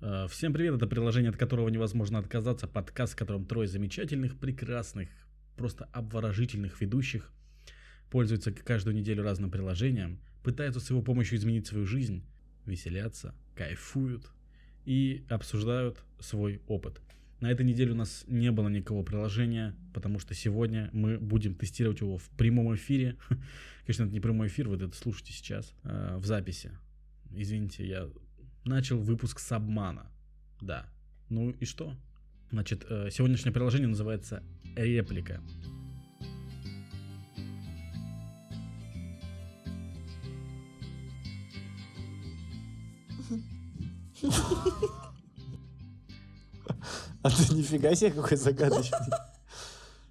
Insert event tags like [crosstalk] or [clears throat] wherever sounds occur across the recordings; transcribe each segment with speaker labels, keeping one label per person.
Speaker 1: Э, Всем привет, это приложение, от которого невозможно отказаться, подкаст, в котором трое замечательных, прекрасных, просто обворожительных ведущих пользуются к- каждую неделю разным приложением, пытаются с его помощью изменить свою жизнь, веселятся, кайфуют и обсуждают свой опыт. На этой неделе у нас не было никакого приложения, потому что сегодня мы будем тестировать его в прямом эфире. [laughs] Конечно, это не прямой эфир, вы это слушаете сейчас э, в записи. Извините, я начал выпуск с обмана. Да. Ну и что? Значит, э, сегодняшнее приложение называется «Реплика».
Speaker 2: А ты нифига себе какой загадочный.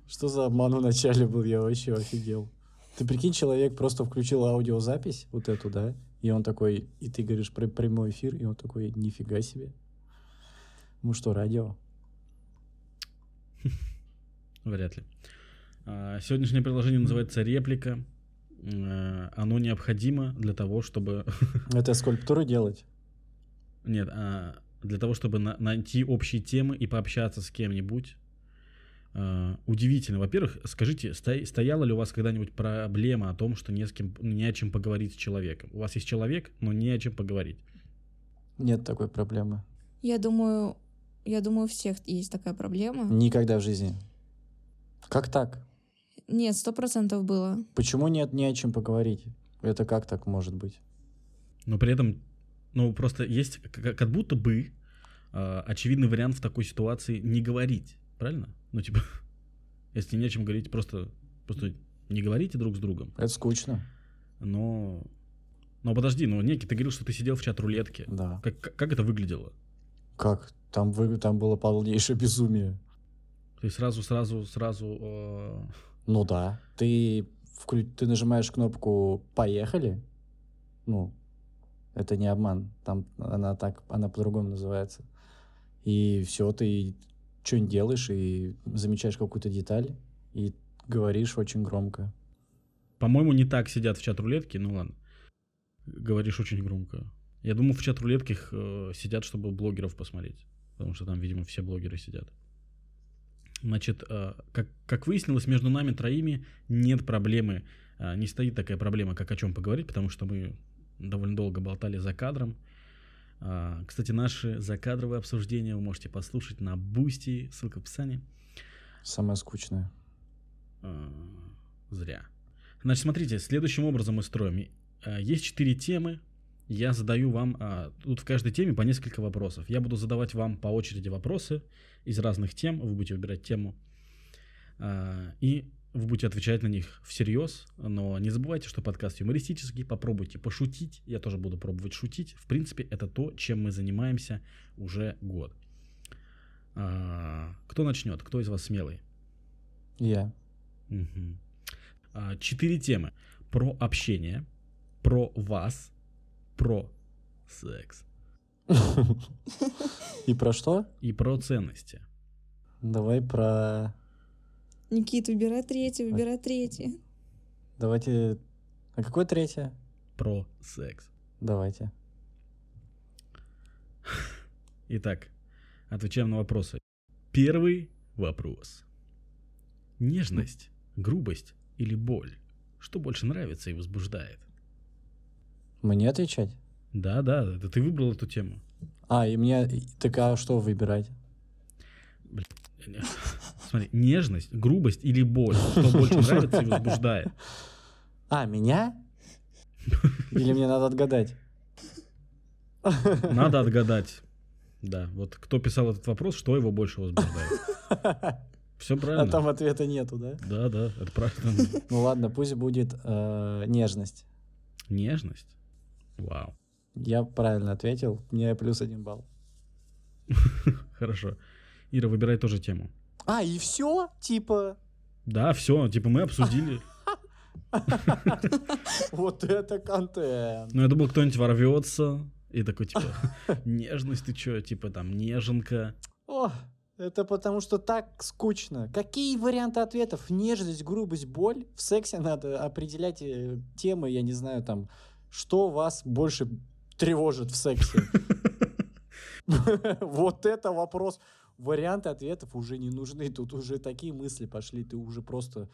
Speaker 2: Что за обман в начале был, я вообще офигел. Ты прикинь, человек просто включил аудиозапись вот эту, да? И он такой, и ты говоришь про прямой эфир, и он такой, нифига себе. Ну что, радио?
Speaker 1: Вряд ли. А, Сегодняшнее приложение называется «Реплика». Э, Оно необходимо для того, чтобы... [laughs]
Speaker 2: Это скульптуры делать?
Speaker 1: Нет, а, для того, чтобы на- найти общие темы и пообщаться с кем-нибудь. Э, Удивительно. Во-первых, скажите, сто- стояла ли у вас когда-нибудь проблема о том, что не с кем, не о чем поговорить с человеком? У вас есть человек, но не о чем поговорить.
Speaker 2: Нет такой проблемы.
Speaker 3: Я думаю, я думаю, у всех есть такая проблема.
Speaker 2: Никогда в жизни. Как так?
Speaker 3: Нет, сто процентов было.
Speaker 2: Почему нет ни о чем поговорить? Это как так может быть?
Speaker 1: Но при этом, ну, просто есть к- к- как будто бы э, очевидный вариант в такой ситуации не говорить, правильно? Ну, типа, [laughs] если не о чем говорить, просто, просто не говорите друг с другом.
Speaker 2: Это скучно.
Speaker 1: Но, но подожди, ну, Неки, ты говорил, что ты сидел в чат-рулетке.
Speaker 2: Да.
Speaker 1: Как, как как это выглядело?
Speaker 2: Как? Там, вы... Там было полнейшее безумие.
Speaker 1: То есть сразу, сразу, сразу... э,
Speaker 2: Ну да. Ты, вклю- ты нажимаешь кнопку «Поехали». Ну, это не обман. Там она так, она по-другому называется. И все, ты что-нибудь делаешь и замечаешь какую-то деталь и говоришь очень громко.
Speaker 1: По-моему, не так сидят в чат-рулетке, ну ладно. Говоришь очень громко. Я думаю, в чат-рулетках э, сидят, чтобы блогеров посмотреть. Потому что там, видимо, все блогеры сидят. Значит, э, как, как выяснилось, между нами троими нет проблемы. э, не стоит такая проблема, как о чем поговорить, потому что мы довольно долго болтали за кадром. А, кстати, наши закадровые обсуждения вы можете послушать на Бусти, ссылка в описании.
Speaker 2: Самое скучное.
Speaker 1: Э, Зря. Значит, смотрите, следующим образом мы строим. И, э, Есть четыре темы. Я задаю вам а, тут в каждой теме по несколько вопросов. Я буду задавать вам по очереди вопросы из разных тем. Вы будете выбирать тему. А, И вы будете отвечать на них всерьез. Но не забывайте, что подкаст юмористический. Попробуйте пошутить. Я тоже буду пробовать шутить. В принципе, это то, чем мы занимаемся уже год. А, Кто начнет? Кто из вас смелый?
Speaker 2: Я.
Speaker 1: Мгм. А, Четыре темы. Про общение, про вас, про секс
Speaker 2: И про что?
Speaker 1: и про ценности.
Speaker 2: Давай про...
Speaker 3: Никит, выбирай третий, выбирай третий.
Speaker 2: Давайте... А какое третье?
Speaker 1: Про секс.
Speaker 2: Давайте.
Speaker 1: Итак, отвечаем на вопросы. Первый вопрос. Нежность, грубость или боль? Что больше нравится и возбуждает?
Speaker 2: Мне отвечать?
Speaker 1: Да-да, это ты выбрал эту тему.
Speaker 2: А, и мне... и- Так а что выбирать?
Speaker 1: Смотри, нежность, грубость или боль? Что больше нравится и возбуждает?
Speaker 2: А, меня? Или мне надо отгадать?
Speaker 1: Надо отгадать. Да, вот кто писал этот вопрос, что его больше возбуждает.
Speaker 2: А
Speaker 1: Все правильно.
Speaker 2: там ответа нету, да?
Speaker 1: Да, да, это правильно.
Speaker 2: Ну ладно, пусть будет э, нежность.
Speaker 1: Нежность. Вау.
Speaker 2: Я правильно ответил, мне плюс один балл.
Speaker 1: Хорошо. Ира, выбирай тоже тему.
Speaker 2: А, и все? Типа,
Speaker 1: Да, все, типа мы обсудили.
Speaker 2: вот это контент.
Speaker 1: Но Ну, я думал, кто-нибудь ворвется и такой, типа, нежность ты чё, типа там неженка.
Speaker 2: О, это потому что так скучно. Какие варианты ответов? Нежность, грубость, боль? В сексе надо определять э, темы, я не знаю, там, что вас больше тревожит в сексе. [laughs] Вот это вопрос. Варианты ответов уже не нужны. Тут уже такие мысли пошли. Ты уже просто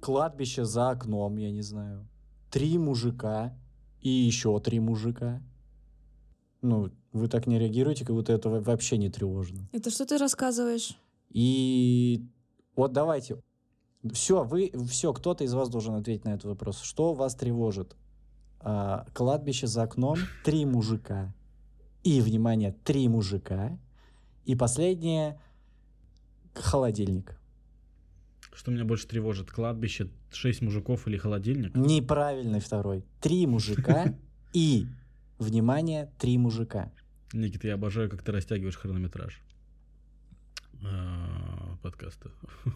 Speaker 2: кладбище за окном, я не знаю. Три мужика и еще три мужика. Ну, вы так не реагируете, как будто это во- вообще не тревожно.
Speaker 3: Это что ты рассказываешь?
Speaker 2: И вот давайте. Все, вы, все, кто-то из вас должен ответить на этот вопрос. Что вас тревожит? А, кладбище за окном, три мужика. И, внимание, три мужика. И последнее, холодильник.
Speaker 1: Что меня больше тревожит, кладбище, шесть мужиков или холодильник?
Speaker 2: Неправильный второй. Три мужика и, внимание, три мужика.
Speaker 1: Никита, я обожаю, как ты растягиваешь хронометраж э, подкаста.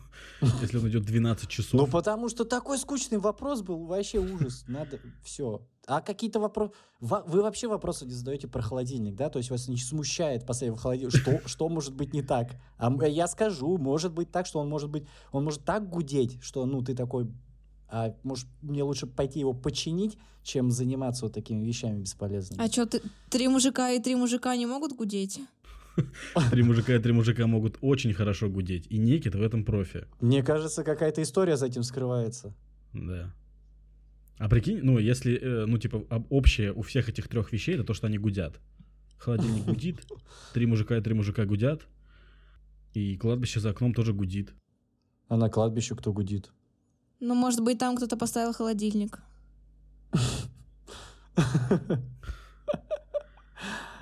Speaker 1: [laughs] Если он идет 12
Speaker 2: Ну,
Speaker 1: часов,
Speaker 2: потому что такой скучный вопрос был, вообще ужас. Надо все. А какие-то вопросы... Вы вообще вопросы не задаете про холодильник, да? То есть вас не смущает последний холодильник. Что, что может быть не так? А м- я скажу, может быть так, что он может быть... Он может так гудеть, что, ну, ты такой... А может, мне лучше пойти его починить, чем заниматься вот такими вещами бесполезными?
Speaker 3: А что, ты... три мужика и три мужика не могут гудеть?
Speaker 1: три мужика и три мужика могут очень хорошо гудеть. И Никит в этом профи.
Speaker 2: Мне кажется, какая-то история за этим скрывается.
Speaker 1: Да. А прикинь, ну, если, э, ну, типа, об- общее у всех этих трех вещей, это то, что они гудят. Холодильник гудит, три мужика и три мужика гудят, и кладбище за окном тоже гудит.
Speaker 2: А на кладбище кто гудит?
Speaker 3: Ну, может быть, там кто-то поставил холодильник.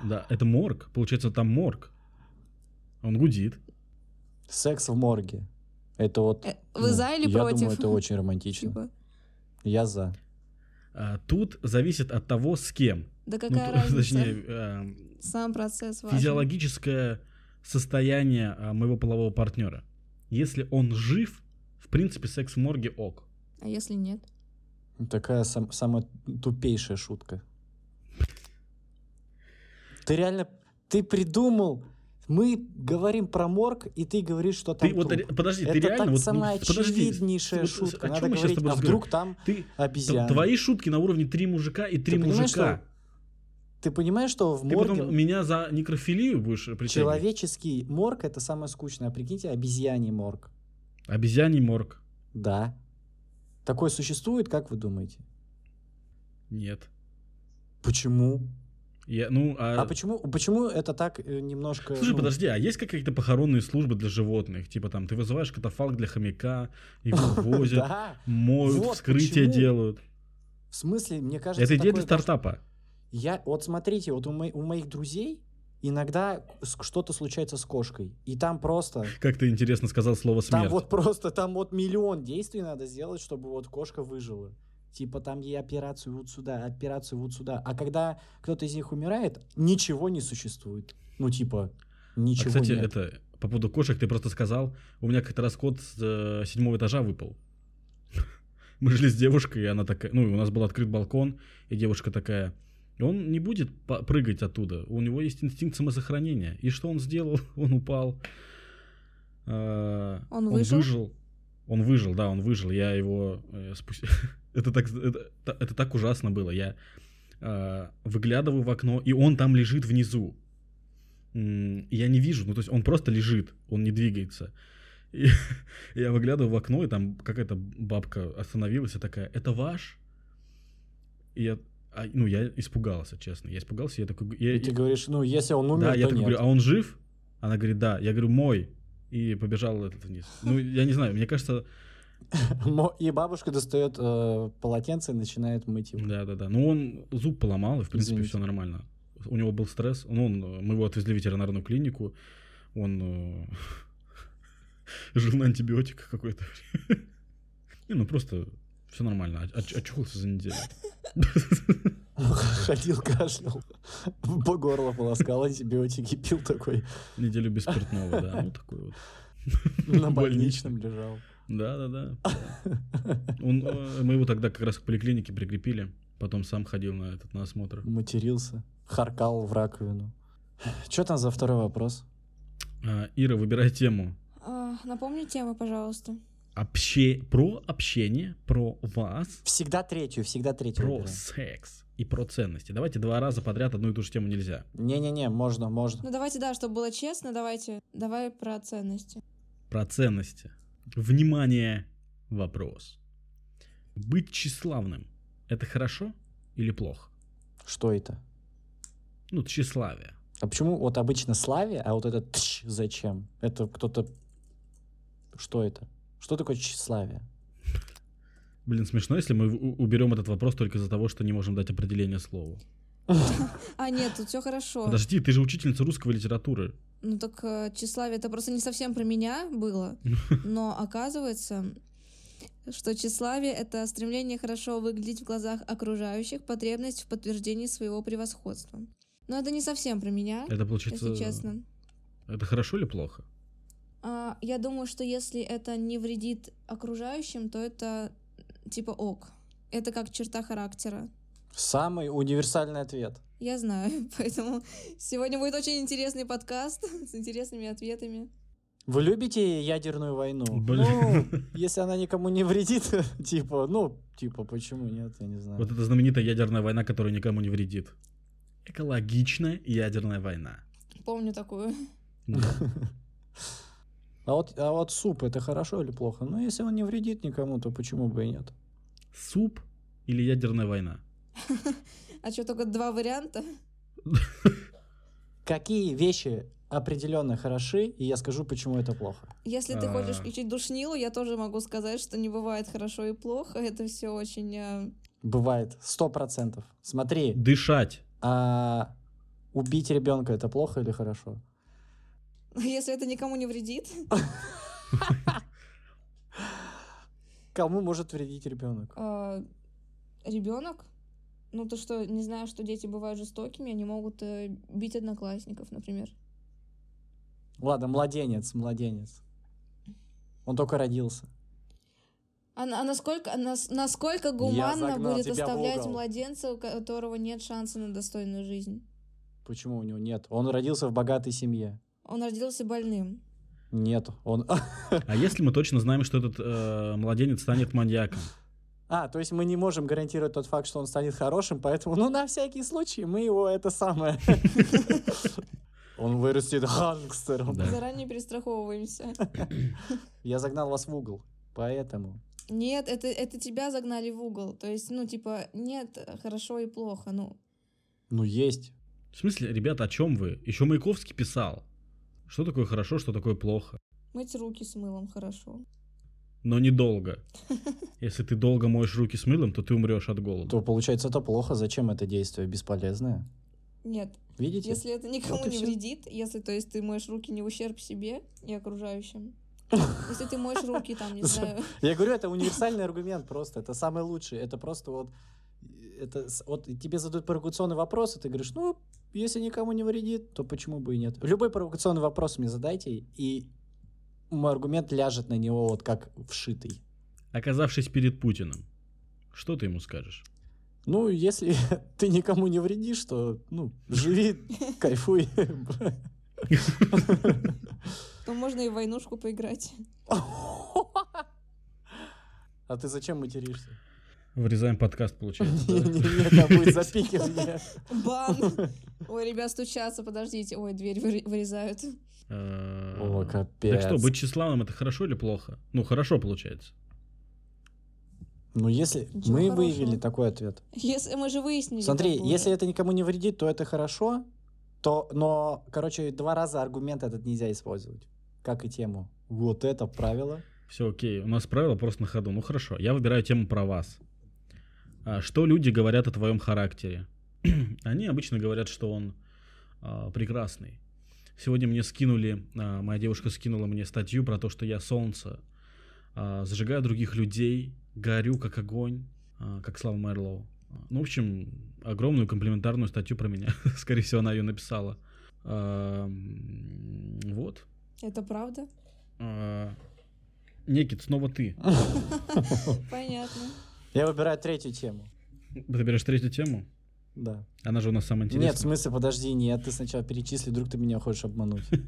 Speaker 1: Да, это морг. Получается, там морг. Он гудит.
Speaker 2: Секс в морге. Это вот...
Speaker 3: Э,
Speaker 2: ну,
Speaker 3: Вы за или
Speaker 2: я
Speaker 3: против?
Speaker 2: думаю, это очень романтично.
Speaker 3: Типа,
Speaker 2: Я за.
Speaker 1: А, тут зависит от того, с кем.
Speaker 3: Да
Speaker 1: Ну,
Speaker 3: какая
Speaker 1: т- [laughs]
Speaker 3: разница?
Speaker 1: Точнее, э,
Speaker 3: Сам процесс важен.
Speaker 1: физиологическое состояние а, моего полового партнера. Если он жив, в принципе, секс в морге ок.
Speaker 3: А если нет?
Speaker 2: Ну, Такая сам- самая тупейшая шутка. Ты реально... Ты придумал... Мы говорим про морг, и ты говоришь, что там
Speaker 1: Ты вот
Speaker 2: труп.
Speaker 1: ре- подожди,
Speaker 2: Это
Speaker 1: ты реально
Speaker 2: так
Speaker 1: вот, ну,
Speaker 2: самая
Speaker 1: подожди,
Speaker 2: очевиднейшая
Speaker 1: вот с-
Speaker 2: шутка.
Speaker 1: о
Speaker 2: Надо
Speaker 1: чем мы сейчас с
Speaker 2: говорить,
Speaker 1: тобой
Speaker 2: а вдруг там
Speaker 1: ты т-
Speaker 2: обезьяна.
Speaker 1: твои шутки на уровне три мужика и три
Speaker 2: Ты понимаешь,
Speaker 1: мужика.
Speaker 2: Ты понимаешь, что в
Speaker 1: Ты
Speaker 2: морге...
Speaker 1: потом меня за некрофилию будешь притягивать.
Speaker 2: Человеческий морг — это самое скучное. А прикиньте, обезьяний морг.
Speaker 1: Обезьяний морг.
Speaker 2: Да. Такое существует, как вы думаете?
Speaker 1: Нет.
Speaker 2: Почему?
Speaker 1: Я, ну, а...
Speaker 2: А почему, почему это так э, немножко...
Speaker 1: Слушай,
Speaker 2: ну,
Speaker 1: подожди, а есть какие-то похоронные службы для животных? Типа там, ты вызываешь катафалк для хомяка, его
Speaker 2: [laughs]
Speaker 1: возят,
Speaker 2: Да.
Speaker 1: моют,
Speaker 2: Вот
Speaker 1: вскрытие
Speaker 2: почему.
Speaker 1: делают.
Speaker 2: В смысле, мне кажется...
Speaker 1: Это идея
Speaker 2: такое
Speaker 1: для
Speaker 2: даже-
Speaker 1: стартапа.
Speaker 2: Я, вот смотрите, вот у, мои- у моих друзей иногда с- что-то случается с кошкой. И там просто...
Speaker 1: Как ты интересно сказал слово
Speaker 2: Там
Speaker 1: смерть. А,
Speaker 2: вот просто, там вот миллион действий надо сделать, чтобы вот кошка выжила. Типа там ей операцию вот сюда, операцию вот сюда. А когда кто-то из них умирает, ничего не существует. Ну типа,
Speaker 1: А,
Speaker 2: ничего
Speaker 1: кстати,
Speaker 2: нет.
Speaker 1: это по поводу кошек ты просто сказал, у меня как-то раз кот с э, седьмого этажа выпал. [laughs] Мы жили с девушкой, и она такая, ну, и у нас был открыт балкон, и девушка такая, он не будет па- прыгать оттуда, у него есть инстинкт самосохранения. И что он сделал? [laughs] Он упал. Э,
Speaker 3: Он выжил?
Speaker 1: Он выжил, да, он выжил. Я его э, спустил. [laughs] это, так, это, это так ужасно было. Я э, выглядываю в окно, и он там лежит внизу. М, Я не вижу, ну то есть он просто лежит, он не двигается. И [laughs] я выглядываю в окно, и там какая-то бабка остановилась и такая, это ваш? И я, а, ну я испугался, честно, я испугался, я такой, я,
Speaker 2: И ты говоришь, ну если он умер,
Speaker 1: да,
Speaker 2: то
Speaker 1: я такой
Speaker 2: нет.
Speaker 1: говорю, а он жив? Она говорит, да, я говорю, мой. И побежал этот вниз. Ну, я не знаю, мне кажется,
Speaker 2: [laughs] Мо- И бабушка достает э, полотенце и начинает мыть его.
Speaker 1: да-да-да. Ну, он зуб поломал, и, в принципе,
Speaker 2: Извините.
Speaker 1: все нормально. У него был стресс. Ну, он, э, мы его отвезли в ветеринарную клинику. Он э, [laughs] жил на антибиотиках какое-то время. [laughs] Не, ну, просто все нормально. Оч- оч- Очухался за неделю.
Speaker 2: [laughs] Ходил, кашлял, по горло полоскал, антибиотики пил такой,
Speaker 1: Неделю без спиртного, да. Ну, такой вот.
Speaker 2: на больничном лежал.
Speaker 1: Да, да, да. Он, э, мы его тогда как раз к поликлинике прикрепили. Потом сам ходил на этот на осмотр.
Speaker 2: Матерился, харкал в раковину. Что там за второй вопрос?
Speaker 1: А, Ира, выбирай тему.
Speaker 3: А, напомни тему, пожалуйста.
Speaker 1: Обще... Про общение, про вас,
Speaker 2: Всегда третью, всегда третью.
Speaker 1: про
Speaker 2: выбираем.
Speaker 1: секс. и про ценности. Давайте два раза подряд одну и ту же тему нельзя.
Speaker 2: Не-не-не, можно, можно.
Speaker 3: Ну давайте, да, чтобы было честно, давайте. Давай про ценности.
Speaker 1: Про ценности. Внимание, вопрос. Быть тщеславным – это хорошо или плохо?
Speaker 2: Что это?
Speaker 1: Ну, тщеславие.
Speaker 2: А почему вот обычно славе, а вот это тщ зачем? Это кто-то... Что это? Что такое тщеславие?
Speaker 1: Блин, смешно, если мы у- уберем этот вопрос только из-за того, что не можем дать определение слову.
Speaker 3: А, нет, тут все хорошо.
Speaker 1: Подожди, ты же учительница русской литературы.
Speaker 3: Ну так э, тщеславие это просто не совсем про меня было, но оказывается, что тщеславие это стремление хорошо выглядеть в глазах окружающих, потребность в подтверждении своего превосходства. Но это не совсем про меня,
Speaker 1: Это получается...
Speaker 3: Ну, если честно.
Speaker 1: Это хорошо или плохо?
Speaker 3: А, я думаю, что если это не вредит окружающим, то это типа ок. Это как черта характера.
Speaker 2: Самый универсальный ответ.
Speaker 3: Я знаю, [laughs] поэтому сегодня будет очень интересный подкаст [laughs] с интересными ответами.
Speaker 2: Вы любите ядерную войну?
Speaker 1: Блин.
Speaker 2: Ну, если она никому не вредит, [laughs] типа, ну, типа, почему нет, я не знаю.
Speaker 1: Вот эта знаменитая ядерная война, которая никому не вредит. Экологичная ядерная война.
Speaker 3: Помню такую.
Speaker 2: А вот, а вот суп, это хорошо или плохо? Ну, если он не вредит никому, то почему бы и нет?
Speaker 1: Суп или ядерная война?
Speaker 3: А что, только два варианта?
Speaker 2: Какие вещи определенно хороши, и я скажу, почему это плохо.
Speaker 3: Если ты хочешь
Speaker 1: А.
Speaker 3: включить душнилу, я тоже могу сказать, что не бывает хорошо и плохо. Это все очень... э, [laughs]
Speaker 2: Бывает, сто процентов. Смотри,
Speaker 1: Дышать.
Speaker 2: а убить ребенка это плохо или хорошо?
Speaker 3: Если это никому не вредит.
Speaker 2: Кому может вредить ребенок?
Speaker 3: э, Ребенок? Ну, ты что, не знаешь, что дети бывают жестокими? Они могут э, бить одноклассников, например.
Speaker 2: Ладно, младенец, младенец. Он только родился.
Speaker 3: А, на- а насколько, а нас- насколько
Speaker 2: загнал
Speaker 3: гуманно будет
Speaker 2: тебя в
Speaker 3: оставлять
Speaker 2: угол.
Speaker 3: младенца, у которого нет шанса на достойную жизнь?
Speaker 2: Почему у него нет? Он родился в богатой семье.
Speaker 3: Он родился больным.
Speaker 2: Нет, он... [laughs]
Speaker 1: А если мы точно знаем, что этот э, младенец станет маньяком?
Speaker 2: А, то есть мы не можем гарантировать тот факт, что он станет хорошим, поэтому, ну, на всякий случай, мы его это самое... Он вырастет гангстером.
Speaker 1: Да.
Speaker 3: Заранее
Speaker 2: [laughs]
Speaker 3: перестраховываемся.
Speaker 2: Я загнал вас в угол, поэтому...
Speaker 3: Нет, это, это тебя загнали в угол. То есть, ну, типа, нет, хорошо и плохо. Ну,
Speaker 2: Ну, есть.
Speaker 1: В смысле, ребята, о чем вы? Еще Маяковский писал. Что такое хорошо, что такое плохо.
Speaker 3: мыть руки с мылом хорошо.
Speaker 1: Но недолго. Если ты долго моешь руки с мылом, то ты умрешь от голода.
Speaker 2: То, получается, это плохо. Зачем это действие бесполезное?
Speaker 3: Нет,
Speaker 2: Видите?
Speaker 3: если это никому
Speaker 2: Вот и
Speaker 3: не
Speaker 2: всё.
Speaker 3: вредит, если, то есть, ты моешь руки не в ущерб себе и окружающим. Если ты моешь руки, там, не знаю,
Speaker 2: Я говорю, это универсальный аргумент просто. Это самый лучший. Это просто вот... Это, с- вот тебе задают провокационный вопрос, и ты говоришь, ну, если никому не вредит, то почему бы и нет? Любой провокационный вопрос мне задайте, и мой аргумент ляжет на него вот как вшитый.
Speaker 1: Оказавшись перед Путиным, что ты ему скажешь?
Speaker 2: Ну, если [laughs] ты никому не вредишь, то, ну, живи, [laughs] кайфуй.
Speaker 3: то можно и в войнушку поиграть.
Speaker 2: А ты зачем материшься?
Speaker 1: Вырезаем подкаст,
Speaker 2: [laughs]
Speaker 1: получается. да?
Speaker 2: Нет, там будет запикивание.
Speaker 3: Бан! Ой, ребят, стучатся, подождите. Ой, дверь выри- вырезают.
Speaker 1: Э,
Speaker 2: О,
Speaker 1: Так
Speaker 2: капец.
Speaker 1: что, быть тщеславным это хорошо или плохо? Ну, хорошо получается.
Speaker 2: Ну, если
Speaker 3: Ничего
Speaker 2: мы
Speaker 3: хорошего.
Speaker 2: выявили такой ответ.
Speaker 3: Если мы же выяснили.
Speaker 2: Смотри,
Speaker 3: как бы.
Speaker 2: если это никому не вредит, то это хорошо. То, но, короче, два раза аргумент этот нельзя использовать. Как и тему. Вот это
Speaker 3: [laughs]
Speaker 2: правило.
Speaker 1: Все окей. У нас правила просто на ходу. Ну хорошо, я выбираю тему про вас. А, Что люди говорят о твоем характере? [clears throat] Они обычно говорят, что он а, прекрасный. Сегодня мне скинули, а, моя девушка скинула мне статью про то, что я солнце. а, Зажигаю других людей, горю как огонь, а, как Слава Мерлоу. Ну, в общем, огромную комплиментарную статью про меня. [laughs] Скорее всего, она ее написала. А, м, Вот.
Speaker 2: [laughs]
Speaker 3: Это правда?
Speaker 1: А, Некит, снова ты.
Speaker 3: Понятно.
Speaker 2: Я выбираю третью тему.
Speaker 1: Ты берешь третью тему?
Speaker 2: Да.
Speaker 1: Она же у нас самая
Speaker 2: Нет, в
Speaker 1: интересная.
Speaker 2: смысле, подожди, нет, ты сначала перечисли, вдруг ты меня хочешь обмануть. [laughs]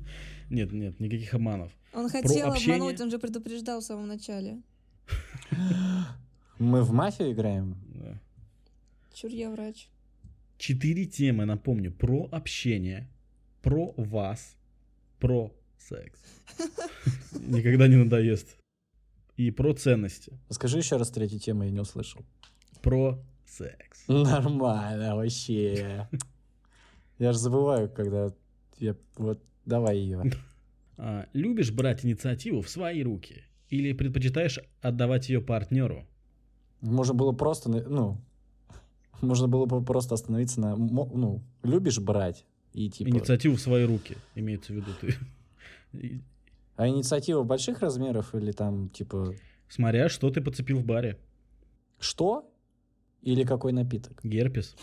Speaker 1: Нет, нет, никаких обманов.
Speaker 3: Он хотел
Speaker 1: общение?
Speaker 3: обмануть, он же предупреждал в самом начале.
Speaker 2: Мы в мафию играем?
Speaker 1: Да.
Speaker 3: Чур я врач.
Speaker 1: Э, Четыре темы, напомню, про общение, про вас, про
Speaker 2: [laughs]
Speaker 1: секс. Никогда не надоест. И про ценности,
Speaker 2: Скажи еще раз третью тему, я не услышал.
Speaker 1: про секс.
Speaker 2: Нормально вообще. Я же забываю, когда я... Вот, давай ее.
Speaker 1: А, любишь брать инициативу в свои руки или предпочитаешь отдавать ее партнеру?
Speaker 2: Можно было просто, на- ну... Можно было бы просто остановиться на... мо- Ну, любишь брать? И типа...
Speaker 1: Инициативу в свои руки, имеется в виду ты. [laughs] И-
Speaker 2: А инициатива больших размеров или там, типа,
Speaker 1: Смотря, что ты подцепил в баре.
Speaker 2: что? Или какой напиток? [laughs]
Speaker 1: Герпес.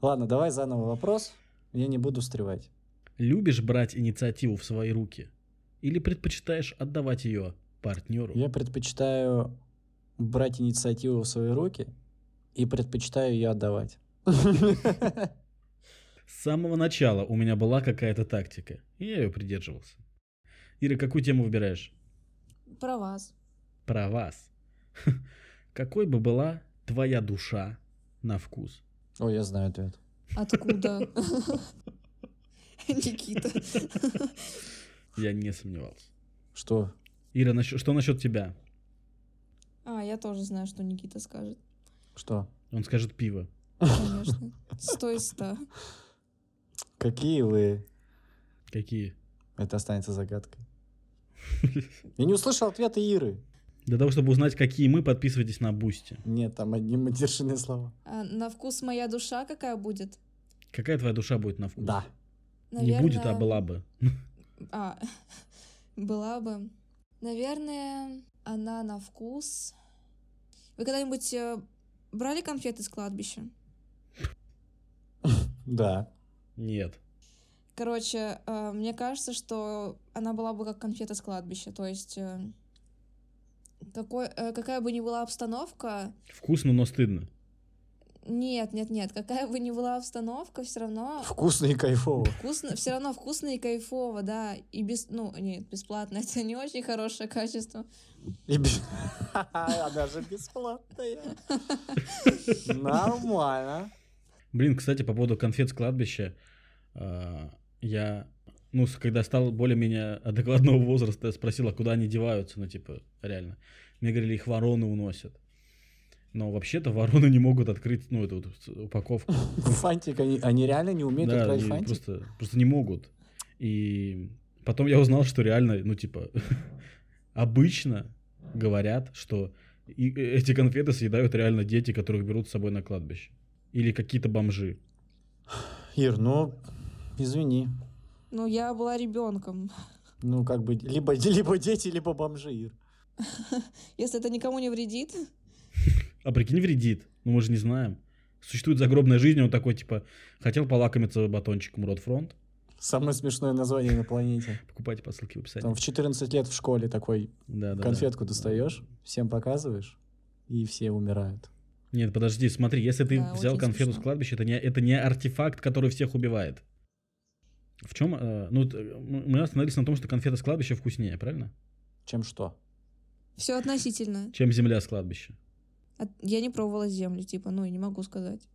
Speaker 2: Ладно, давай заново вопрос. Я не буду встревать.
Speaker 1: Любишь брать инициативу в свои руки или предпочитаешь отдавать ее партнеру?
Speaker 2: Я предпочитаю брать инициативу в свои руки и предпочитаю ее отдавать. [laughs]
Speaker 1: С самого начала у меня была какая-то тактика, и я ее придерживался. Ира, какую тему выбираешь?
Speaker 3: Про вас.
Speaker 1: Про вас. Какой бы была твоя душа на вкус?
Speaker 2: О, я знаю ответ.
Speaker 3: Откуда? [laughs] Никита.
Speaker 1: Я не сомневался.
Speaker 2: Что?
Speaker 1: Ира, насчет- что насчет тебя?
Speaker 3: А, я тоже знаю, что Никита
Speaker 1: [laughs]
Speaker 3: скажет.
Speaker 2: Что?
Speaker 1: Он скажет пиво.
Speaker 3: Конечно. Сто из ста.
Speaker 2: Какие вы?
Speaker 1: Какие?
Speaker 2: Это останется [laughs] загадкой. Я не услышал ответа Иры.
Speaker 1: Для того, чтобы узнать, какие мы, подписывайтесь на Бусти.
Speaker 2: Нет, там одни матершинные слова.
Speaker 3: А на вкус моя душа какая будет?
Speaker 1: Какая твоя душа будет на вкус?
Speaker 2: Да.
Speaker 1: Не будет, а была бы.
Speaker 3: А, [laughs] была бы. Наверное, она на вкус. Вы когда-нибудь э, брали конфеты с кладбища?
Speaker 2: Да.
Speaker 1: Нет.
Speaker 3: Короче, э, мне кажется, что она была бы как конфета с кладбища. То есть, э, какой, э, какая бы ни была обстановка,
Speaker 1: Вкусно, но стыдно.
Speaker 3: нет, нет, нет, какая бы ни была обстановка, все равно
Speaker 2: Вкусно и кайфово.
Speaker 3: вкусно, все равно вкусно и кайфово, да. И без, ну, нет, бесплатно, [laughs] это не очень хорошее качество.
Speaker 2: И бе- [laughs] Она же бесплатная. [laughs] Нормально.
Speaker 1: Блин, кстати, по поводу конфет с кладбища, э, я, ну, с- когда стал более-менее адекватного возраста, я спросил, а куда они деваются, ну, типа, реально. Мне говорили, их вороны уносят. Но вообще-то вороны не могут открыть, ну, эту вот с- упаковку.
Speaker 2: Фантик, они, они реально не умеют
Speaker 1: Да,
Speaker 2: открывать
Speaker 1: они
Speaker 2: фантик?
Speaker 1: просто, просто не могут. И потом я узнал, что реально, ну, типа, [laughs] обычно говорят, что и- э, эти конфеты съедают реально дети, которых берут с собой на кладбище. Или какие-то бомжи.
Speaker 2: Ир, ну, извини.
Speaker 3: Ну, я была ребенком.
Speaker 2: Ну, как бы, либо, [laughs] либо дети, либо бомжи, Ир.
Speaker 3: Если это никому не вредит,
Speaker 1: А прикинь, вредит. Ну, мы же не знаем. Существует загробная жизнь, и он такой, типа, хотел полакомиться батончиком Родфронт.
Speaker 2: Самое смешное название на [laughs] планете.
Speaker 1: Покупайте по ссылке в описании.
Speaker 2: Там в 14 лет в школе такой
Speaker 1: Да, да, да.
Speaker 2: конфетку достаешь, всем показываешь, и все умирают.
Speaker 1: Нет, подожди, смотри, если ты
Speaker 3: Да,
Speaker 1: взял
Speaker 3: очень
Speaker 1: конфету с
Speaker 3: смешно.
Speaker 1: кладбища, это не, это не артефакт, который всех убивает. В чем? ну, т- м- мы остановились на том, что конфета с кладбища вкуснее, правильно?
Speaker 2: Чем что?
Speaker 1: [laughs]
Speaker 3: все относительно.
Speaker 1: Чем земля с кладбища.
Speaker 3: От- Я не пробовала землю, типа, ну, и не могу сказать.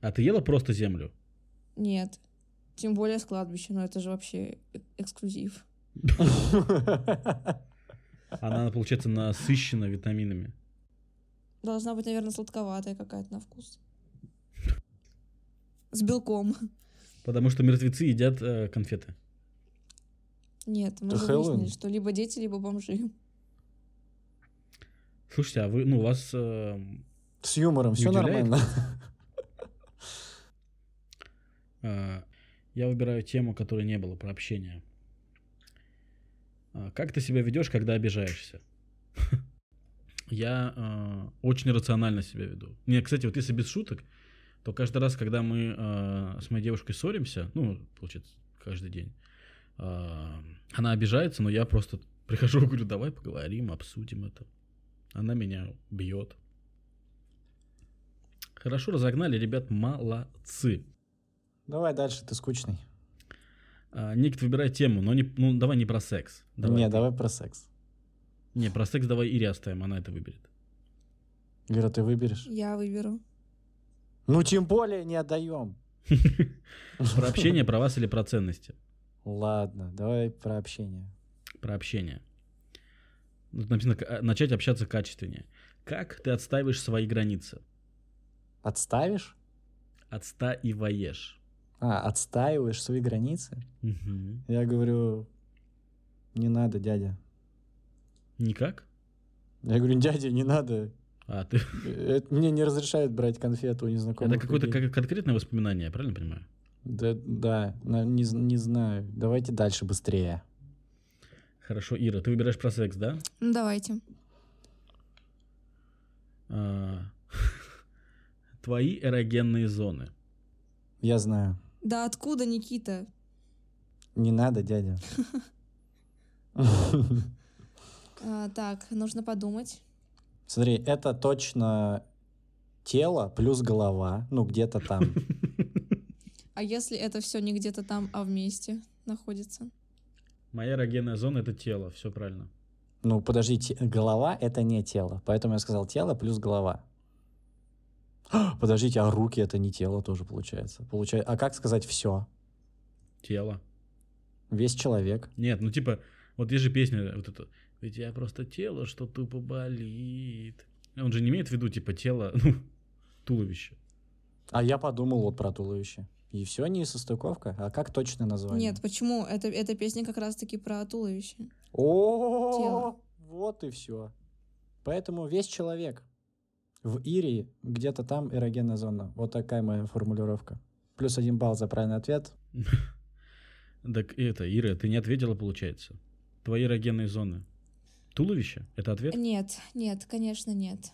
Speaker 1: А ты ела просто землю?
Speaker 3: Нет. Тем более с кладбища, но это же вообще э- эксклюзив.
Speaker 1: Она, [laughs] получается, насыщена витаминами.
Speaker 3: Должна быть, наверное, сладковатая какая-то на вкус. С белком.
Speaker 1: Потому что мертвецы едят э, конфеты.
Speaker 3: Нет, мы
Speaker 2: Да
Speaker 3: же
Speaker 2: Хэллоуин.
Speaker 3: выяснили, что либо дети, либо бомжи.
Speaker 1: Слушайте, а вы, ну, у вас э,
Speaker 2: С юмором,
Speaker 1: Не
Speaker 2: все
Speaker 1: удивляет?
Speaker 2: нормально. [laughs]
Speaker 1: Э, Я выбираю тему, которой не было, про общение. Э, Как ты себя ведешь, когда обижаешься? [laughs] Я э, очень рационально себя веду. Не, кстати, вот если без шуток, то каждый раз, когда мы э, с моей девушкой ссоримся, ну, получается, каждый день, э, она обижается, но я просто прихожу [laughs] и говорю, давай поговорим, обсудим это. Она меня бьет. Хорошо разогнали, ребят, молодцы.
Speaker 2: Давай дальше, ты скучный.
Speaker 1: А, Никит, выбирай тему, но не, ну, давай не про секс. Давай.
Speaker 2: Не, давай про секс.
Speaker 1: Не, про секс давай Ире оставим, она это выберет.
Speaker 2: Ира, ты выберешь?
Speaker 3: Я выберу.
Speaker 2: Ну, тем более не отдаем.
Speaker 1: Про общение, про вас или про ценности?
Speaker 2: [laughs] Ладно, давай про общение.
Speaker 1: Про общение. Тут написано, к- а, начать общаться качественнее. Как ты отстаиваешь свои границы?
Speaker 2: Отставишь?
Speaker 1: Отстаиваешь.
Speaker 2: А, отстаиваешь свои границы?
Speaker 1: Мгм.
Speaker 2: Я говорю, не надо, дядя.
Speaker 1: Никак?
Speaker 2: Я говорю, дядя, не надо.
Speaker 1: А, ты...
Speaker 2: Это мне не разрешают брать конфету у незнакомых
Speaker 1: Это какое-то
Speaker 2: людей.
Speaker 1: как- конкретное воспоминание, я правильно понимаю?
Speaker 2: Да, да, на- не, з- не знаю. Давайте дальше быстрее.
Speaker 1: Хорошо, Ира, ты выбираешь про секс, да?
Speaker 3: Ну, давайте.
Speaker 1: А, [laughs] Твои эрогенные зоны.
Speaker 2: Я знаю.
Speaker 3: Да откуда, Никита?
Speaker 2: Не надо, дядя.
Speaker 3: А, так, нужно подумать.
Speaker 2: Смотри, это точно тело плюс голова, ну где-то там.
Speaker 3: А если это все не где-то там, а вместе находится?
Speaker 1: Моя эрогенная зона — это тело, все правильно.
Speaker 2: Ну подождите, голова это не тело, поэтому я сказал тело плюс голова. [gasps] Подождите, а руки это не тело тоже получается. Получается, а как сказать все?
Speaker 1: Тело.
Speaker 2: Весь человек.
Speaker 1: Нет, ну типа, вот есть же песня э, вот эта. Ведь я просто тело, что тупо болит. Он же не имеет в виду, типа, тело, [laughs] ну, туловище.
Speaker 2: А я подумал вот про туловище. И все, не состыковка. А как точно название?
Speaker 3: Нет, почему? Это, эта песня как раз-таки про туловище.
Speaker 2: О, вот и все. Поэтому весь человек в Ирии где-то там эрогенная зона. Вот такая моя формулировка. Плюс один балл за правильный ответ.
Speaker 1: Так это, Ира, ты не ответила, получается. Твои эрогенные зоны. Туловище? Это ответ?
Speaker 3: Нет, нет, конечно, нет.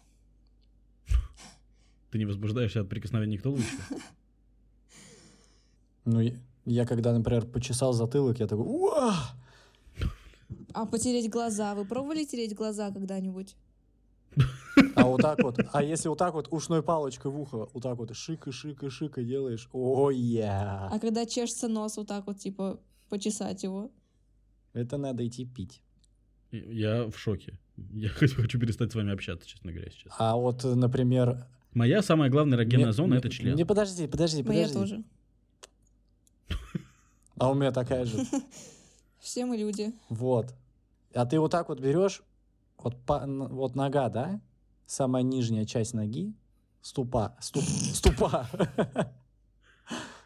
Speaker 1: Ты не возбуждаешься от прикосновения к туловищу?
Speaker 2: Ну, я, я когда, например, почесал затылок, я такой, «Уа!»
Speaker 3: А потереть глаза? Вы пробовали тереть глаза когда-нибудь?
Speaker 2: а вот так вот. А если вот так вот ушной палочкой в ухо, вот так вот шик и шик и шик и делаешь, о я
Speaker 3: А когда чешется нос вот так вот, типа, почесать его?
Speaker 2: Это надо идти пить.
Speaker 1: И- Я в шоке. Я [laughs] хочу хочу перестать с вами общаться, честно говоря, сейчас.
Speaker 2: А вот, э, например...
Speaker 1: Моя самая главная эрогенная
Speaker 2: мне-
Speaker 1: зона —
Speaker 2: мне-
Speaker 1: это член.
Speaker 2: Не, подожди, подожди,
Speaker 3: Моя
Speaker 2: подожди.
Speaker 3: тоже.
Speaker 2: А у меня такая же.
Speaker 3: Все мы люди.
Speaker 2: Вот. А ты вот так вот берешь, вот, па- н- вот нога, да? Самая нижняя часть ноги. Ступа.
Speaker 1: [laughs]
Speaker 2: Ступ, ступа.